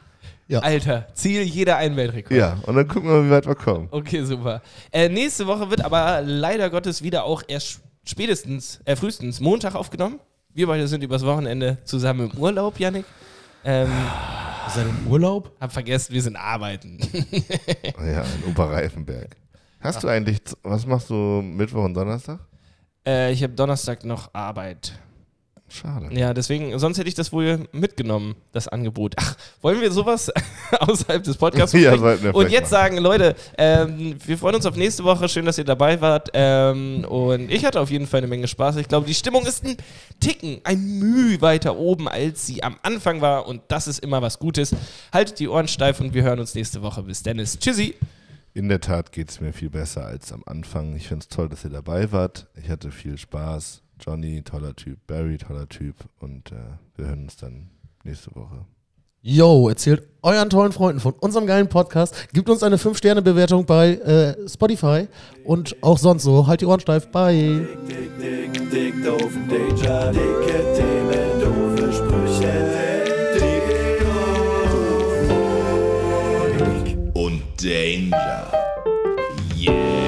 D: Ja.
C: Alter, Ziel jeder ein Weltrekord.
A: Ja, und dann gucken wir mal, wie weit wir kommen.
C: Okay, super. Äh, nächste Woche wird aber leider Gottes wieder auch erst spätestens, äh, frühestens Montag aufgenommen. Wir beide sind übers Wochenende zusammen im Urlaub, Yannick. Ähm,
D: Ist er im Urlaub?
C: hab vergessen, wir sind arbeiten.
A: Ja, in Oberreifenberg. Hast du eigentlich, was machst du Mittwoch und Donnerstag?
C: äh, ich habe Donnerstag noch Arbeit.
A: Schade.
C: Ja, deswegen, sonst hätte ich das wohl mitgenommen, das Angebot. Ach, wollen wir sowas außerhalb des Podcasts
A: Ja,
C: besprechen?
A: sollten wir
C: Und
A: vielleicht
C: jetzt sagen, Leute, ähm, wir freuen uns auf nächste Woche. Schön, dass ihr dabei wart. Ähm, und ich hatte auf jeden Fall eine Menge Spaß. Ich glaube, die Stimmung ist ein Ticken, ein Müh weiter oben, als sie am Anfang war. Und das ist immer was Gutes. Haltet die Ohren steif und wir hören uns nächste Woche. Bis Dennis. Tschüssi.
A: In der Tat geht es mir viel besser als am Anfang. Ich finde es toll, dass ihr dabei wart. Ich hatte viel Spaß. Johnny, toller Typ. Barry, toller Typ. Und äh, wir hören uns dann nächste Woche.
D: Yo, erzählt euren tollen Freunden von unserem geilen Podcast. Gibt uns eine 5-Sterne-Bewertung bei äh, Spotify und auch sonst so. Halt die Ohren steif. Bye.
B: Dick, dick, dick, doofen Danger, dicke Themen, doofe Sprüche. Dick, doof.
E: und Danger. Yeah.